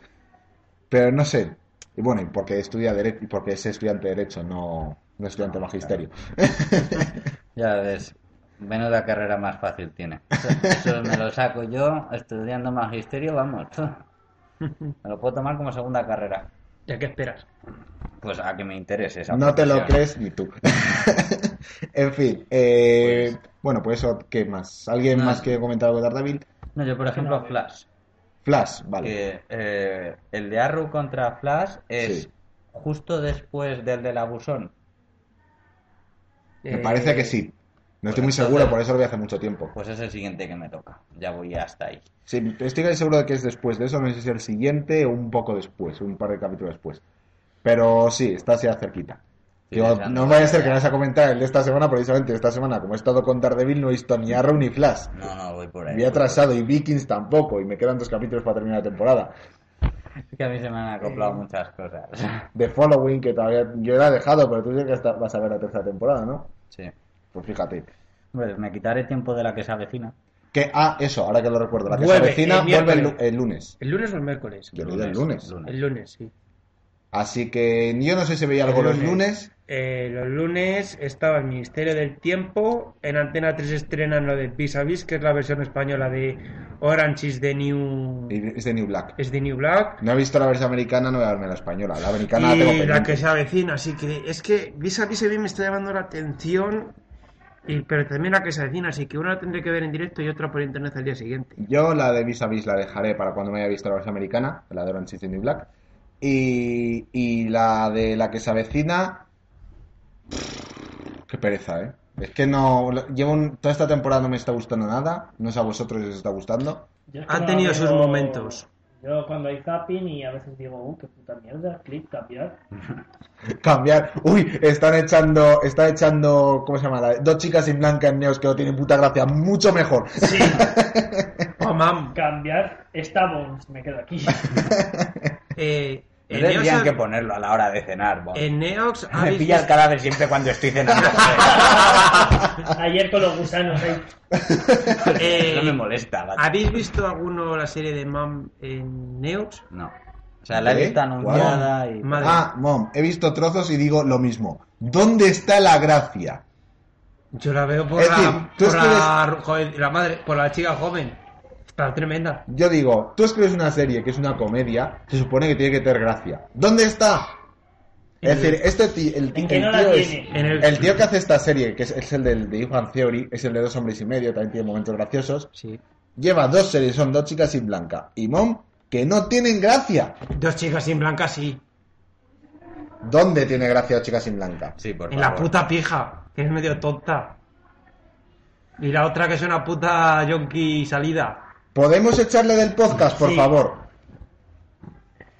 Speaker 1: Pero no sé. Y bueno, y porque estudia derecho y porque es estudiante de derecho, no, no estudiante de magisterio.
Speaker 9: Ya ves. Menos la carrera más fácil tiene. Eso, eso me lo saco yo estudiando magisterio, vamos. Me lo puedo tomar como segunda carrera.
Speaker 2: ¿Ya qué esperas?
Speaker 9: Pues a que me interese esa
Speaker 1: No te lo
Speaker 9: profesión.
Speaker 1: crees ni tú. en fin, eh, bueno, pues eso, ¿qué más? ¿Alguien
Speaker 9: Nada.
Speaker 1: más que comentar algo de Daredevil?
Speaker 9: No, yo por ejemplo Flash.
Speaker 1: Flash, vale.
Speaker 9: que, eh, el de Arrow contra Flash es
Speaker 1: Sí.
Speaker 9: justo después del del abusón.
Speaker 1: Me
Speaker 2: Eh,
Speaker 1: parece que sí. No estoy
Speaker 9: pues
Speaker 1: muy
Speaker 9: entonces-
Speaker 1: seguro, por eso lo vi hace mucho tiempo.
Speaker 9: Pues es el siguiente que me toca. Ya voy hasta ahí.
Speaker 1: Sí, estoy casi seguro de que es después de eso, no sé si es el siguiente o un poco después, un par de capítulos después. Pero sí, está así cerquita.
Speaker 9: Sí,
Speaker 1: Digo, no vaya a ser que no vas a comentar el de esta semana, precisamente esta semana, como he estado con Daredevil, no he visto ni Arrow ni Flash.
Speaker 9: No, no, voy por ahí.
Speaker 1: Me
Speaker 2: pues.
Speaker 1: he atrasado y Vikings tampoco, y me quedan dos capítulos para terminar la temporada.
Speaker 9: Es que a mí se me han acoplado muchas cosas.
Speaker 1: The Following, que todavía yo la he dejado, pero tú dices que hasta vas a ver la tercera temporada, ¿no?
Speaker 9: Sí.
Speaker 1: Pues fíjate.
Speaker 9: Hombre, me quitaré tiempo de la que se avecina.
Speaker 1: Que, ah, eso, ahora que lo recuerdo, la que se
Speaker 2: Vuelve,
Speaker 1: avecina
Speaker 2: el
Speaker 1: vuelve el, lu-
Speaker 2: miércoles.
Speaker 1: el lunes.
Speaker 2: ¿El lunes o el miércoles?
Speaker 1: Yo lo digo el lunes.
Speaker 2: El lunes, sí.
Speaker 1: Así que yo no sé si veía algo
Speaker 2: El
Speaker 1: los
Speaker 2: lunes.
Speaker 1: lunes.
Speaker 2: Eh, los lunes estaba el Ministerio del Tiempo. En Antena 3 estrenan lo de Vis a Vis, que es la versión española de Orange is the New,
Speaker 1: y Es de New Black.
Speaker 2: is the new Black.
Speaker 1: No he visto la versión americana, no voy a verme la española. La americana la tengo
Speaker 2: y la
Speaker 1: pendiente.
Speaker 2: que se avecina. Así que es que Vis a Vis a mí me está llamando la atención. y- pero también la que se avecina. Así que una la tendré que ver en directo y otra por internet al día siguiente.
Speaker 1: Yo la de Vis a Vis la dejaré para cuando me haya visto la versión americana, la de Orange is the New Black. Y, y la de la que se avecina. Qué pereza, ¿eh? Es que no. Llevo un- toda esta temporada no me está gustando nada. No sé a vosotros si os está gustando.
Speaker 3: Yo es que
Speaker 2: Han
Speaker 3: no
Speaker 2: tenido sus
Speaker 3: veo-
Speaker 2: momentos.
Speaker 3: Yo cuando hay zapping y a veces digo, uh, qué puta mierda, clic, cambiar.
Speaker 1: Cambiar. Uy, están echando. Están echando. ¿Cómo se llama? La de dos chicas sin blanca en Neos que no tienen puta gracia. Mucho mejor.
Speaker 3: Sí,
Speaker 2: Oh, mam.
Speaker 3: cambiar. Estamos, me quedo aquí.
Speaker 2: Eh,
Speaker 9: No
Speaker 2: en
Speaker 9: tendrían
Speaker 2: Neox-
Speaker 9: que ponerlo a la hora de cenar, vos.
Speaker 2: en Neox
Speaker 9: Me
Speaker 2: habéis
Speaker 9: pilla el
Speaker 2: visto-
Speaker 9: cadáver siempre cuando estoy cenando.
Speaker 3: Ayer con los gusanos ahí.
Speaker 2: Eh,
Speaker 9: no me molesta, macho.
Speaker 2: ¿Habéis visto alguno la serie de Mam en Neox?
Speaker 9: No. O sea, la he
Speaker 1: ¿Eh?
Speaker 9: visto anunciada y...
Speaker 2: Madre.
Speaker 1: Ah, mom, he visto trozos y digo lo mismo. ¿Dónde está la gracia?
Speaker 2: Yo la veo por,
Speaker 1: Es
Speaker 2: la,
Speaker 1: decir, tú
Speaker 2: por
Speaker 1: escribes-
Speaker 2: la- joder, la madre, por la chica joven. Está tremenda.
Speaker 1: Yo digo, tú escribes una serie que es una comedia, se supone que tiene que tener gracia. ¿Dónde está? Es decir, este ti- el, ti-
Speaker 3: ¿En qué
Speaker 1: el
Speaker 3: no la
Speaker 1: tío es-
Speaker 3: tiene?
Speaker 2: En el-
Speaker 1: el tío que hace esta serie, que es, es el del de Ivan Theory, es el de dos hombres y medio, también tiene momentos graciosos.
Speaker 2: Sí.
Speaker 1: Lleva dos series, son dos chicas sin blanca y mom, que no tienen gracia.
Speaker 2: Dos chicas sin blanca, sí.
Speaker 1: ¿Dónde tiene gracia dos chicas sin blanca?
Speaker 9: Sí, por
Speaker 2: en la
Speaker 9: favor.
Speaker 2: puta pija, que es medio tonta. Y la otra que es una puta yonki salida.
Speaker 1: ¿Podemos echarle del podcast, por
Speaker 2: Sí.
Speaker 1: favor?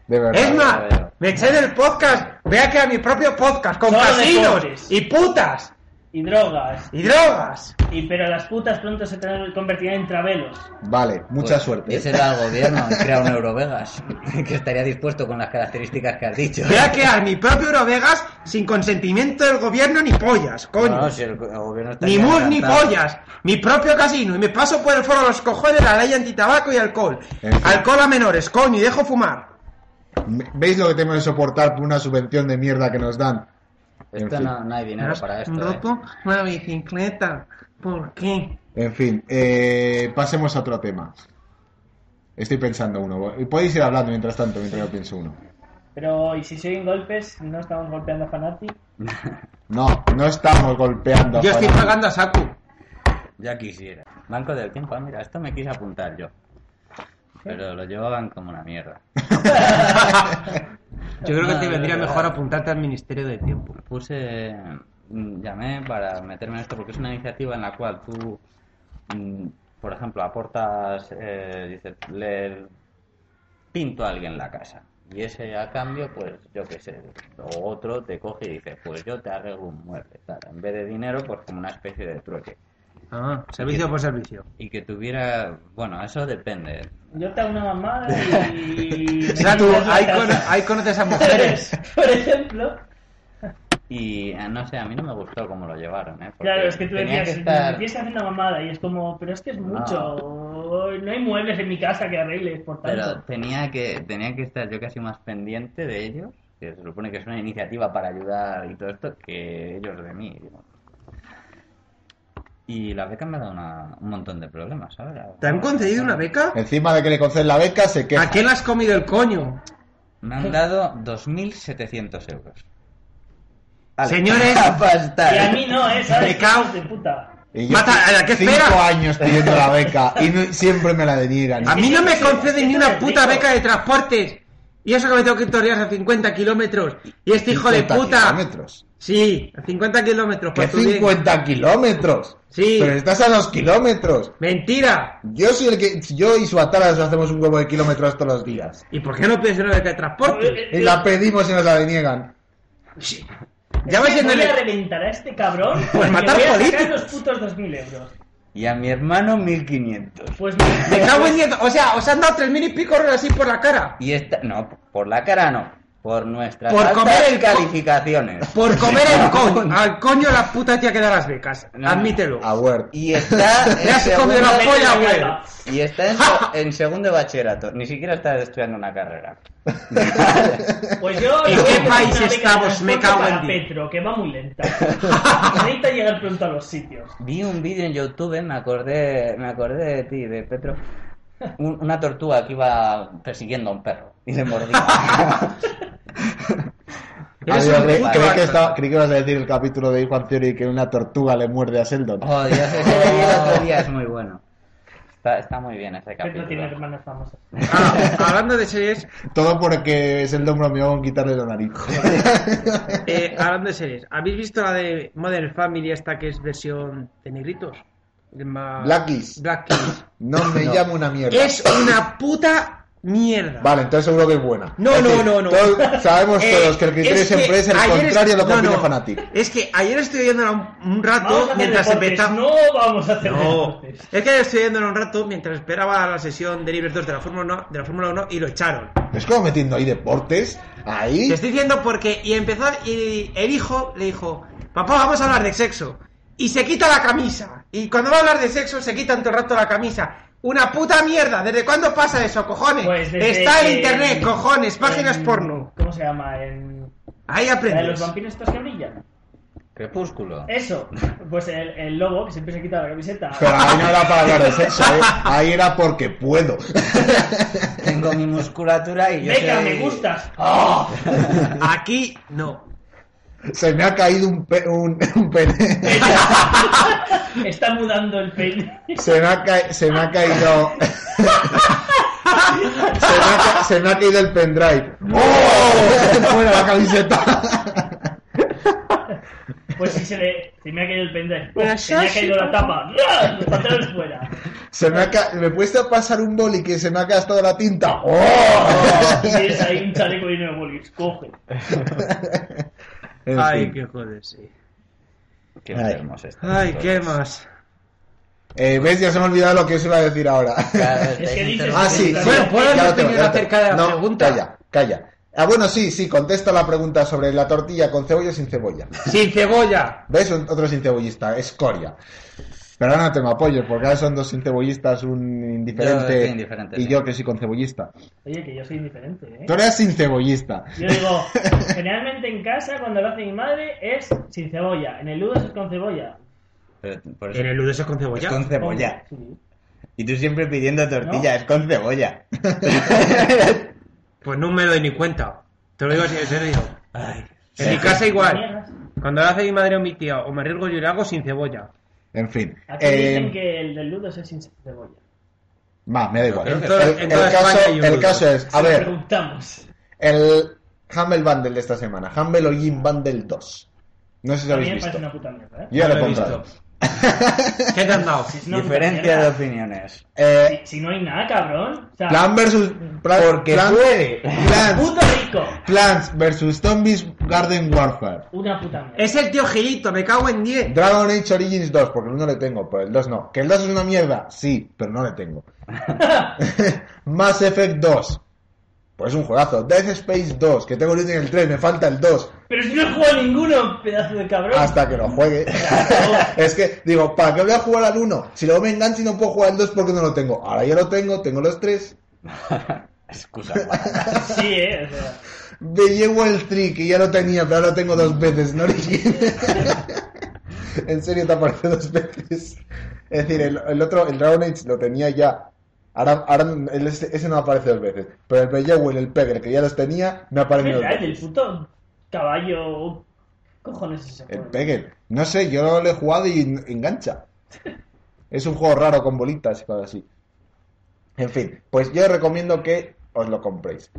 Speaker 1: De verdad.
Speaker 2: Es más,
Speaker 9: la veo.
Speaker 2: me eché del podcast. Vea que a mi propio podcast con
Speaker 3: Solo de
Speaker 2: casinos
Speaker 3: pobres.
Speaker 2: y putas
Speaker 3: Y drogas.
Speaker 2: y drogas.
Speaker 3: Y pero las putas pronto se te convertirán en travelos.
Speaker 1: Vale, mucha
Speaker 9: Pues,
Speaker 1: suerte.
Speaker 2: ¿eh?
Speaker 9: Ese era el gobierno, crea un Eurovegas, que estaría dispuesto con las características que has dicho.
Speaker 2: Vea que a mi propio Eurovegas sin consentimiento del gobierno ni pollas, coño.
Speaker 1: Ah,
Speaker 9: No, si el go- el gobierno
Speaker 2: Ni
Speaker 9: estaría
Speaker 2: mus ni
Speaker 9: encantado.
Speaker 2: pollas, mi propio casino y me paso por el foro de los cojones la ley antitabaco y alcohol.
Speaker 1: En fin.
Speaker 2: Alcohol a menores, coño, y dejo fumar.
Speaker 1: ¿Veis lo que tenemos que soportar por una subvención de mierda que nos dan?
Speaker 9: Esto
Speaker 1: En fin.
Speaker 9: no, no hay dinero para esto. ¿eh?
Speaker 2: roto una bicicleta. ¿Por qué?
Speaker 1: En fin, eh, pasemos a otro tema. Estoy pensando uno. Podéis ir hablando mientras tanto, mientras yo pienso uno.
Speaker 3: Pero, ¿y si se oyen golpes? ¿No estamos golpeando a Fanatic?
Speaker 1: No, no estamos golpeando. a
Speaker 2: Yo estoy
Speaker 1: Juan.
Speaker 2: pagando a Saku.
Speaker 9: Ya quisiera. Banco del tiempo, ah, mira, esto me quise apuntar yo. Pero lo llevaban como una mierda.
Speaker 2: Yo creo que te
Speaker 9: Ah,
Speaker 2: vendría
Speaker 9: verdad.
Speaker 2: mejor apuntarte al Ministerio del Tiempo.
Speaker 9: Puse. mm, Llamé para meterme en esto porque es una iniciativa en la cual tú, mm, por ejemplo, aportas. eh, dices, le pinto a alguien la casa. Y ese a cambio, pues yo qué sé, o otro te coge y dice, pues yo te arreglo un mueble. Tal. En vez de dinero, pues como una especie de trueque.
Speaker 2: Ah, servicio por servicio.
Speaker 9: Y que tuviera. Bueno, eso depende.
Speaker 3: Yo te hago una mamada y...
Speaker 2: Saku, ahí, cono- ahí conoces a mujeres.
Speaker 3: Por ejemplo...
Speaker 9: Y eh, no sé, a mí no me gustó cómo lo llevaron, ¿eh? Porque
Speaker 3: Claro, es que tú
Speaker 9: tenía
Speaker 3: decías,
Speaker 9: que
Speaker 3: que
Speaker 9: estar-
Speaker 3: empiezas haciendo mamada y es como, pero es que es
Speaker 9: No.
Speaker 3: mucho.
Speaker 2: Ah.
Speaker 3: No hay muebles en mi casa que arregles, por
Speaker 9: Pero
Speaker 3: tanto.
Speaker 9: tenía que, tenía que estar yo casi más pendiente de ellos, que se supone que es una iniciativa para ayudar y todo esto, que ellos de mí. digo. Y la beca me ha dado una- un montón de problemas, ¿sabes?
Speaker 2: ¿Te han concedido una beca?
Speaker 1: Encima de que le conceden la beca, se
Speaker 2: ¿A
Speaker 1: queja.
Speaker 2: quién le has comido el coño?
Speaker 9: Me han dado 2.700 euros.
Speaker 2: Señores,
Speaker 9: Para estar.
Speaker 3: Y a mí no, ¿eh? ¿Sabes?
Speaker 2: Me cago.
Speaker 3: Hijos de puta.
Speaker 1: Y
Speaker 2: Mata, ¿a la que
Speaker 1: cinco
Speaker 2: espera?
Speaker 1: años pidiendo la beca y no- siempre me la deniegan.
Speaker 2: A mí no me conceden ni una
Speaker 3: Eso es
Speaker 2: puta
Speaker 3: rico.
Speaker 2: beca de transportes. Y eso que me tengo que ir todos los días a 50 kilómetros. Y este hijo de
Speaker 1: 50
Speaker 2: puta.
Speaker 1: kilómetros.
Speaker 2: Sí, a 50 kilómetros.
Speaker 1: ¿Qué
Speaker 2: por tu bien.
Speaker 1: 50 kilómetros?
Speaker 2: Sí.
Speaker 1: Pero estás a dos kilómetros.
Speaker 2: Mentira.
Speaker 1: Yo soy el que. Yo y su atalas hacemos un huevo de kilómetros todos los días.
Speaker 2: ¿Y por qué no pides una beca de
Speaker 3: Eh,
Speaker 2: transporte?
Speaker 3: eh,
Speaker 1: Y la pedimos y nos la deniegan.
Speaker 2: Sí. Ya va
Speaker 3: Es que
Speaker 2: siendo
Speaker 3: voy
Speaker 2: el-
Speaker 3: a reventar a este cabrón.
Speaker 2: Pues
Speaker 3: porque
Speaker 2: matar
Speaker 3: voy a sacar
Speaker 2: políticos.
Speaker 3: los putos 2000 euros.
Speaker 9: Y a mi hermano 1500.
Speaker 3: Pues mira,
Speaker 2: Me cago en diez. O sea, os han dado tres mil y pico así por la cara.
Speaker 9: Y esta, no, por la cara no, por nuestras
Speaker 2: Por
Speaker 9: altas
Speaker 2: comer el co-
Speaker 9: calificaciones.
Speaker 2: Pues Por comer el coño. Al coño la puta tía que da las becas.
Speaker 9: No.
Speaker 2: Admítelo.
Speaker 1: A Word.
Speaker 9: Y está
Speaker 2: Le
Speaker 9: en
Speaker 2: has comido
Speaker 9: segundo,
Speaker 2: la polla,
Speaker 3: me
Speaker 2: güey.
Speaker 3: encanta.
Speaker 9: y está en, se- en segundo de bachillerato, ni siquiera está estudiando una carrera.
Speaker 3: Pues yo.
Speaker 2: ¿En
Speaker 3: le voy a
Speaker 2: qué
Speaker 3: pedir
Speaker 2: país
Speaker 3: una beca de
Speaker 2: estamos? Me
Speaker 3: transporte
Speaker 2: cago en
Speaker 3: para
Speaker 2: ti.
Speaker 3: Petro, que va muy lenta. Necesita llegar pronto a los sitios.
Speaker 9: Vi un vídeo en YouTube, eh, me acordé, me acordé de ti, de Petro, Un- una tortuga que iba persiguiendo a un perro y le mordía.
Speaker 1: Ah,
Speaker 2: Eres
Speaker 1: digo,
Speaker 2: un
Speaker 1: cre-
Speaker 2: puto
Speaker 1: creí,
Speaker 2: bárbaro.
Speaker 1: que estaba- creí que ibas a decir el capítulo de Juan Theory que una tortuga le muerde a Sheldon.
Speaker 9: Oh, Dios, ese que vi el otro día es muy bueno. Está, está muy bien ese
Speaker 3: Petro tiene
Speaker 9: capítulo.
Speaker 3: hermanas famosas.
Speaker 2: Ah, hablando de series,
Speaker 1: Todo porque Sheldon bromeó con quitarle la nariz.
Speaker 2: eh, hablando de series, ¿habéis visto la de Modern Family esta que es versión de negritos? De ma-
Speaker 1: Black Keys.
Speaker 2: Black Keys.
Speaker 1: No me llamo una mierda.
Speaker 2: Es una puta mierda.
Speaker 1: Vale, entonces seguro que es buena.
Speaker 2: No,
Speaker 1: Es
Speaker 2: no, no, no.
Speaker 1: todos- sabemos
Speaker 2: Eh,
Speaker 1: todos que el criterio
Speaker 2: es que
Speaker 1: siempre es el
Speaker 2: ayer
Speaker 1: contrario a lo que
Speaker 2: no,
Speaker 1: opina
Speaker 2: no.
Speaker 1: Fanatic.
Speaker 2: Es que ayer estoy viéndola un, un
Speaker 3: Vamos a
Speaker 2: rato
Speaker 3: hacer
Speaker 2: mientras
Speaker 3: deportes,
Speaker 2: empezaba.
Speaker 3: No vamos a hacer
Speaker 2: No,
Speaker 3: deportes.
Speaker 2: es que ayer estoy viéndola un rato mientras esperaba la sesión de Libres 2 de la Fórmula 1, de la Fórmula 1 y lo echaron.
Speaker 1: Es como metiendo ahí deportes, ahí.
Speaker 2: Te estoy diciendo porque. Y empezó. Y el hijo le dijo: Papá, vamos a hablar de sexo. Y se quita la camisa. Y cuando va a hablar de sexo, se quitan todo el rato la camisa. Una puta mierda. ¿Desde cuándo pasa eso, cojones?
Speaker 3: Pues desde
Speaker 2: Está en
Speaker 3: que-
Speaker 2: internet, cojones. Páginas
Speaker 3: en-
Speaker 2: porno.
Speaker 3: ¿Cómo se llama? En.
Speaker 2: Ahí
Speaker 3: ¿La de
Speaker 2: aprendes.
Speaker 3: los vampiros estos que brillan?
Speaker 9: Crepúsculo.
Speaker 3: Eso. Pues el, el lobo que siempre se quita la camiseta.
Speaker 1: Pero ahí no era para hablar de sexo, ¿eh? Ahí era porque puedo.
Speaker 9: Tengo mi musculatura y yo
Speaker 3: Venga,
Speaker 9: soy-
Speaker 3: me gustas.
Speaker 2: Aquí no.
Speaker 1: Se me ha caído un, pe- un, un pene.
Speaker 3: Está mudando el pene.
Speaker 1: Se me ha, ca- se me ha caído. se, me ha ca- se me ha caído el pendrive. ¡Oh! Fuera la camiseta.
Speaker 3: Pues si se le. Si me ha caído el pendrive.
Speaker 2: Pero
Speaker 3: Se me ha
Speaker 2: sí,
Speaker 3: caído
Speaker 2: sí,
Speaker 3: la tapa. ¡Ra! Los pantalones fuera.
Speaker 1: Se me ha ca- me he puesto a pasar un boli que se me ha gastado la tinta. ¡Oh!
Speaker 3: Y tienes ahí un chaleco lleno de bolis. Coge.
Speaker 1: En
Speaker 2: Ay,
Speaker 1: fin.
Speaker 2: qué joder, sí.
Speaker 9: Qué
Speaker 1: Ay.
Speaker 9: enfermos estamos
Speaker 2: Ay, qué
Speaker 9: todos.
Speaker 2: más.
Speaker 1: Eh, ¿Ves? Ya se me ha olvidado lo que os iba a decir ahora.
Speaker 9: Cada vez
Speaker 3: que
Speaker 9: estáis
Speaker 3: dices-
Speaker 1: Ah, sí.
Speaker 3: Bueno,
Speaker 1: sí,
Speaker 2: ¿puedo
Speaker 1: ya lo
Speaker 2: hacer
Speaker 1: tengo, ya lo tengo.
Speaker 2: acerca de la
Speaker 1: No,
Speaker 2: pregunta?
Speaker 1: Calla, calla. Ah, bueno, sí, sí, contesta la pregunta sobre la tortilla con cebolla o sin cebolla.
Speaker 2: Sin cebolla.
Speaker 1: ¿Ves? Un- Otro sin cebollista, escoria. Pero ahora no tengo apoyo, porque ahora son dos sin cebollistas, un
Speaker 9: Yo
Speaker 1: indiferente,
Speaker 9: soy indiferente,
Speaker 1: y
Speaker 9: sí.
Speaker 1: yo que soy con cebollista.
Speaker 3: Oye, que yo soy diferente, ¿eh?
Speaker 1: Tú eres sin cebollista.
Speaker 3: Yo digo, generalmente en casa cuando lo hace mi madre es sin cebolla. En el Ludos es con cebolla.
Speaker 9: Pero Eh, por eso-
Speaker 2: ¿En el Ludes es con
Speaker 9: es
Speaker 2: cebolla?
Speaker 9: con cebolla.
Speaker 3: Sí.
Speaker 9: Y tú siempre pidiendo tortilla,
Speaker 3: ¿No?
Speaker 9: es con cebolla.
Speaker 2: Pues no me doy ni cuenta. Te lo digo así, en serio.
Speaker 9: Ay.
Speaker 2: En mi casa igual.
Speaker 3: Mierdas.
Speaker 2: Cuando lo hace mi madre o mi tía, o me arriesgo yo y lo hago sin cebolla.
Speaker 1: En fin.
Speaker 3: Aquí
Speaker 1: eh,
Speaker 3: dicen que el del Ludos es sin cebolla.
Speaker 1: Va, me da igual.
Speaker 9: En
Speaker 1: El-
Speaker 2: toda-
Speaker 1: el,
Speaker 2: en toda
Speaker 1: caso,
Speaker 2: España hay un
Speaker 1: el
Speaker 2: Ludos.
Speaker 1: caso es, a
Speaker 3: Si
Speaker 1: ver,
Speaker 3: Preguntamos.
Speaker 1: el Humble Bundle de esta semana, Humble Origin Bundle 2. No sé si
Speaker 3: A
Speaker 1: lo
Speaker 3: mí
Speaker 1: habéis
Speaker 3: me
Speaker 1: visto.
Speaker 3: parece una puta mierda, ¿eh?
Speaker 1: Yo ya lo
Speaker 2: No
Speaker 1: he
Speaker 2: he
Speaker 1: comprado.
Speaker 2: visto. ¿Qué te han dado?
Speaker 3: Si no,
Speaker 9: Diferencia de
Speaker 3: mierda.
Speaker 9: opiniones.
Speaker 1: Eh,
Speaker 3: Si, si no hay nada, cabrón. O sea,
Speaker 1: plan versus... Plan,
Speaker 9: Porque
Speaker 1: plan-
Speaker 9: puede.
Speaker 1: Plants,
Speaker 3: puto rico.
Speaker 1: Plants versus Zombies Garden Warfare.
Speaker 3: Una puta mierda.
Speaker 2: Es el tío Gilito, me cago en 10.
Speaker 1: Dragon Age Origins 2, porque el 1 le tengo, pero el 2 no. ¿Que el 2 es una mierda? Sí, pero no le tengo. Mass Effect 2. Pues un juegazo. Death Space 2, que tengo el 1 y el 3, me falta el 2.
Speaker 3: Pero si no he jugado ninguno, pedazo de cabrón.
Speaker 1: Hasta que lo juegue. es que, digo, ¿para qué voy a jugar al 1? Si luego me engancho y no puedo jugar al 2 porque no lo tengo. Ahora ya lo tengo, tengo los 3.
Speaker 9: Excusa. mala.
Speaker 3: Sí, eh. O sea,
Speaker 1: Me llevo el tri, que ya lo tenía, pero ahora lo tengo dos veces, ¿no? Origin? en serio, te apareció dos veces. Es decir, el, el otro, el Dragon Age lo tenía ya. Ahora, ahora el- ese, ese no aparece dos veces. Pero el Bellewell, el Pegger, que ya los tenía, me aparece dos
Speaker 3: ¿verdad? El del
Speaker 1: veces.
Speaker 3: puto caballo. ¿Qué cojones es ese
Speaker 1: El
Speaker 3: juego?
Speaker 1: Pegger. No sé, yo lo he jugado y en- engancha. Es un juego raro con bolitas y cosas así. En fin, pues yo recomiendo que os lo compréis.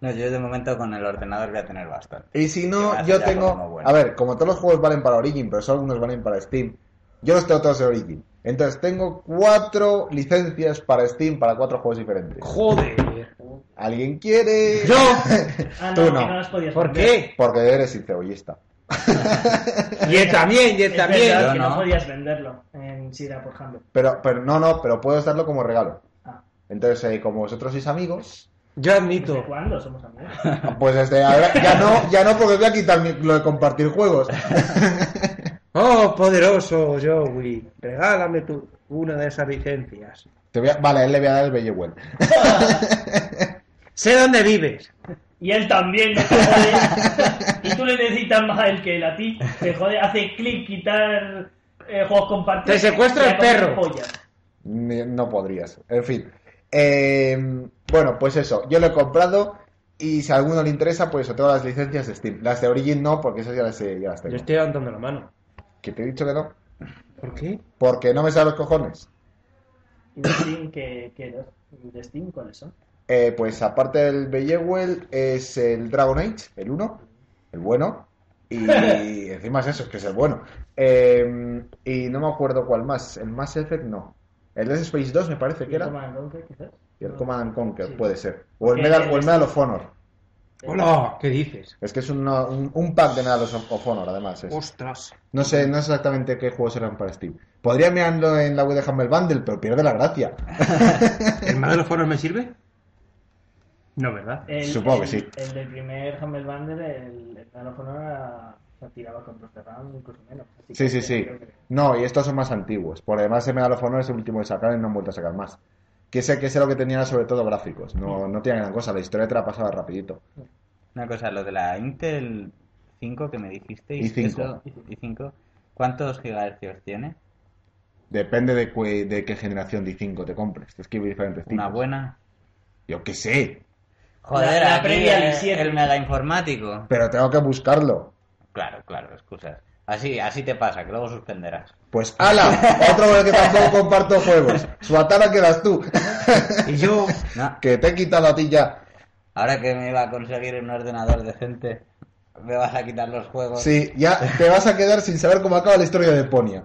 Speaker 9: No, yo de momento con el ordenador voy a tener bastante.
Speaker 1: Y si
Speaker 9: Que
Speaker 1: no,
Speaker 9: vas
Speaker 1: yo
Speaker 9: ya con uno
Speaker 1: tengo.
Speaker 9: bueno.
Speaker 1: A ver, como todos los juegos valen para Origin, pero solo algunos valen para Steam, yo los tengo todos en Origin. Entonces tengo cuatro licencias para Steam para cuatro juegos diferentes.
Speaker 2: Joder.
Speaker 1: ¿Alguien quiere?
Speaker 2: Yo.
Speaker 3: Ah, no,
Speaker 1: Tú
Speaker 3: que
Speaker 1: no.
Speaker 3: no las podías
Speaker 2: ¿Por
Speaker 3: cambiar.
Speaker 2: qué?
Speaker 1: Porque eres sin cebollista.
Speaker 2: Y también, y
Speaker 3: Es
Speaker 2: también.
Speaker 3: verdad
Speaker 9: Yo
Speaker 3: que no.
Speaker 9: no.
Speaker 3: podías venderlo en Sira, por ejemplo.
Speaker 1: Pero, pero no, no, pero puedes darlo como regalo.
Speaker 3: Ah.
Speaker 1: Entonces, eh, como vosotros sois amigos,
Speaker 2: Yo admito.
Speaker 3: ¿Desde cuándo somos amigos?
Speaker 1: pues desde ahora ya no, ya no porque voy a quitar mi- lo de compartir juegos.
Speaker 2: Oh, poderoso Joey, regálame tú una de esas licencias.
Speaker 1: Te voy a- vale, él le voy a dar el Bellewell.
Speaker 2: Sé dónde vives.
Speaker 3: Y él también me jode. y tú le necesitas más a él que él a ti. Te jode, hace clic, quitar eh, juegos compartidos.
Speaker 2: Te secuestra
Speaker 3: y
Speaker 2: el
Speaker 3: a comer
Speaker 2: perro.
Speaker 3: pollas.
Speaker 1: Ni- No podrías. En fin. Eh, bueno, pues eso. Yo lo he comprado y si a alguno le interesa, pues eso, tengo las licencias de Steam. Las de Origin no, porque esas ya las, he- ya las
Speaker 2: Yo
Speaker 1: tengo.
Speaker 2: estoy levantando la mano.
Speaker 1: Que te he dicho que no.
Speaker 2: ¿Por qué?
Speaker 1: Porque no me salen los cojones.
Speaker 3: Y de Steam, ¿qué, qué dos? ¿De Steam cuáles son?
Speaker 1: Eh, pues aparte del Bellewell es el Dragon Age, el 1, el bueno. Y encima es eso, es que es el bueno. Eh, y no me acuerdo cuál más. El Mass Effect no. El Dead Space 2 me parece que
Speaker 3: ¿Y el
Speaker 1: era.
Speaker 3: Command Conquer, quizás?
Speaker 1: Y el Command and Conquer,
Speaker 3: Sí.
Speaker 1: puede ser. O el
Speaker 3: Porque
Speaker 1: Medal, o el
Speaker 3: el-
Speaker 1: Medal of Honor.
Speaker 2: Hola, ¿qué dices?
Speaker 1: Es que es una- un, un pack de Medal of of Honor, además. es.
Speaker 2: Ostras.
Speaker 1: No sé no sé exactamente qué juegos eran para Steam. Podría mirarlo en la web de Humble Bundle, pero pierde la gracia.
Speaker 2: ¿El mal de los foros me sirve? No, ¿verdad?
Speaker 3: El-
Speaker 1: Supongo que
Speaker 3: el-
Speaker 1: sí.
Speaker 3: El del primer Humble Bundle, el, el Medal of Honor, era- se tiraba con dos de round, incluso menos. Así
Speaker 1: Sí,
Speaker 3: que
Speaker 1: sí, sí.
Speaker 3: creo que-
Speaker 1: No, y estos son más antiguos. Por además, el Medal of Honor es el último que sacaron y no han vuelto a sacar más. Que sé que ese lo que tenía era sobre todo gráficos.
Speaker 9: Mm.
Speaker 1: No, no tenía gran cosa. La historia te la pasaba rapidito.
Speaker 9: Una cosa, lo de la Intel 5 que me dijisteis.
Speaker 1: Y cinco.
Speaker 9: eso- y 5. ¿Cuántos gigahercios tiene?
Speaker 1: Depende de, cue- de qué generación de i5 te compres. Es que hay diferentes tipos.
Speaker 9: ¿Una buena?
Speaker 1: Yo qué sé.
Speaker 9: Joder,
Speaker 3: la
Speaker 9: aquí
Speaker 3: previa al
Speaker 9: el-
Speaker 3: i7.
Speaker 9: el mega informático.
Speaker 1: Pero tengo que buscarlo.
Speaker 9: Claro, claro, excusas. Así, así te pasa, que luego suspenderás.
Speaker 1: Pues ala, otro con el que tampoco comparto juegos. Suatara quedas tú.
Speaker 2: Y yo.
Speaker 9: No,
Speaker 1: que te he quitado a ti ya.
Speaker 9: ahora que me iba a conseguir un ordenador decente, me vas a quitar los juegos.
Speaker 1: Sí, ya te vas a quedar sin saber cómo acaba la historia de Ponia.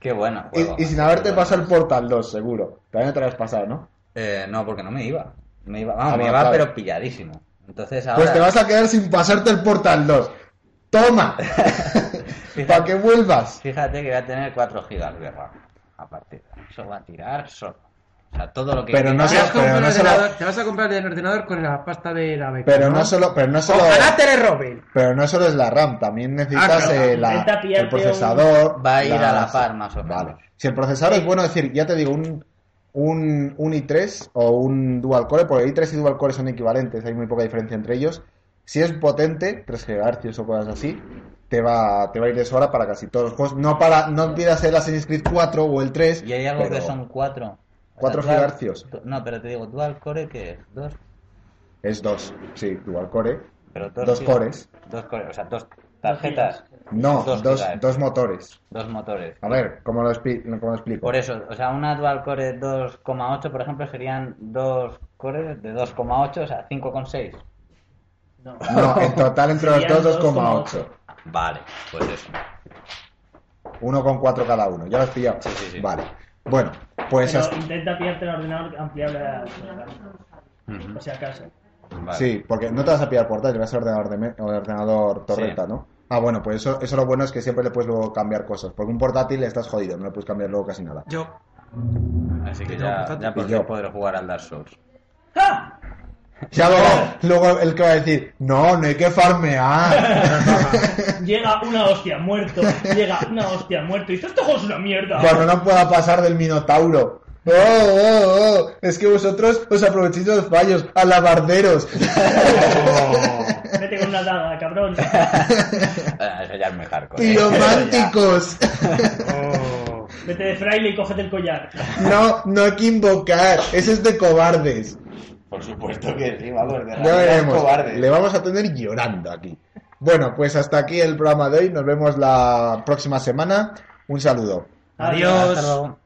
Speaker 9: Qué bueno. juego,
Speaker 1: Y, y sin
Speaker 9: macho,
Speaker 1: haberte
Speaker 9: qué bueno.
Speaker 1: pasado el Portal 2, seguro. También te lo has pasado, ¿no?
Speaker 9: Eh, no, porque no me iba. Me iba, vamos,
Speaker 1: Ah,
Speaker 9: me
Speaker 1: bueno,
Speaker 9: iba,
Speaker 1: claro.
Speaker 9: pero pilladísimo. Entonces ahora.
Speaker 1: Pues te vas a quedar sin pasarte el Portal 2. ¡Toma! Para que vuelvas.
Speaker 9: Fíjate que voy a tener 4 gigas de RAM a partir de ahora. Eso va a tirar solo. O sea, todo lo que.
Speaker 1: Pero no
Speaker 2: Te
Speaker 1: seas-
Speaker 2: vas, a comprar
Speaker 1: pero no
Speaker 2: el
Speaker 1: solo-
Speaker 2: ordenador- te vas a comprar el ordenador con la pasta de la beca.
Speaker 1: Pero no solo, pero no solo,
Speaker 2: Ojalá te le roben.
Speaker 1: pero no solo es la RAM, también necesitas
Speaker 2: Ah, claro.
Speaker 1: eh, la-
Speaker 3: Intenta pillarte
Speaker 1: el procesador.
Speaker 9: un- Va a ir a la
Speaker 1: las-
Speaker 9: par, más o menos.
Speaker 1: Vale. Si el procesador es bueno, es decir, ya te digo, un, un, un i3 o un dual core, porque i3 y dual core son equivalentes, hay muy poca diferencia entre ellos. Si es potente, 3 GHz o cosas así, te va, te va a ir de sobra para casi todos los juegos. No para, no pidas el Assassin's Creed 4 o el 3.
Speaker 9: Y hay algo que
Speaker 1: pero-
Speaker 9: son 4.
Speaker 1: Cuatro gigahercios.
Speaker 9: No, pero te digo, dual core que es 2.
Speaker 1: Es dos, sí, dual core.
Speaker 9: Pero dos,
Speaker 1: Dos
Speaker 9: gigas-
Speaker 1: cores.
Speaker 9: Dos cores, o sea, dos tarjetas,
Speaker 1: No,
Speaker 9: Dos
Speaker 1: dos, dos,
Speaker 9: gigahercios.
Speaker 1: motores.
Speaker 9: dos motores.
Speaker 1: A ver, ¿cómo lo, expli- cómo lo explico?
Speaker 9: Por eso, o sea, una dual core de 2,8, por ejemplo, serían dos cores de 2,8, o sea, 5,6.
Speaker 3: No.
Speaker 1: No, en total entre los
Speaker 3: Serían
Speaker 1: dos 2,8.
Speaker 9: Vale, pues eso.
Speaker 1: Uno con cuatro cada uno. ¿Ya lo has pillado?
Speaker 9: Sí, sí, sí.
Speaker 1: Vale. Bueno, pues
Speaker 3: Pero
Speaker 1: hasta-
Speaker 3: intenta pillarte el ordenador ampliable a por si acaso.
Speaker 9: Vale.
Speaker 1: Sí, porque no te vas a pillar portátil, vas a ordenador, de me- ordenador torreta,
Speaker 9: Sí.
Speaker 1: ¿no? Ah, bueno, pues eso, eso lo bueno es que siempre le puedes luego cambiar cosas. Porque un portátil estás jodido, no le puedes cambiar luego casi nada.
Speaker 2: Yo.
Speaker 9: Así que
Speaker 2: Tengo
Speaker 9: ya,
Speaker 2: bastante
Speaker 9: ya por
Speaker 1: pillo.
Speaker 9: fin podré jugar al Dark Souls.
Speaker 1: Ya luego, luego el que va a decir, no, no hay que farmear.
Speaker 3: Llega una hostia muerto, llega una hostia muerto. Y dice, este juego es una
Speaker 9: Ah.
Speaker 3: mierda.
Speaker 1: Cuando no pueda pasar del Minotauro. Oh, oh, oh. Es que vosotros os aprovechéis de los fallos, alabarderos.
Speaker 3: Vete con una daga, cabrón.
Speaker 9: Ah, eso ya es muy hardcore. ¿eh?
Speaker 1: Pirománticos.
Speaker 2: Oh.
Speaker 3: Vete de fraile y cógete el collar.
Speaker 1: No, no hay que invocar. Eso es de cobardes.
Speaker 9: Por supuesto que sí, vamos, de
Speaker 1: Ya veremos.
Speaker 9: cobarde.
Speaker 1: Le vamos a tener llorando aquí. Bueno, pues hasta aquí el programa de hoy. Nos vemos la próxima semana. Un saludo.
Speaker 2: Adiós.
Speaker 9: Hasta luego.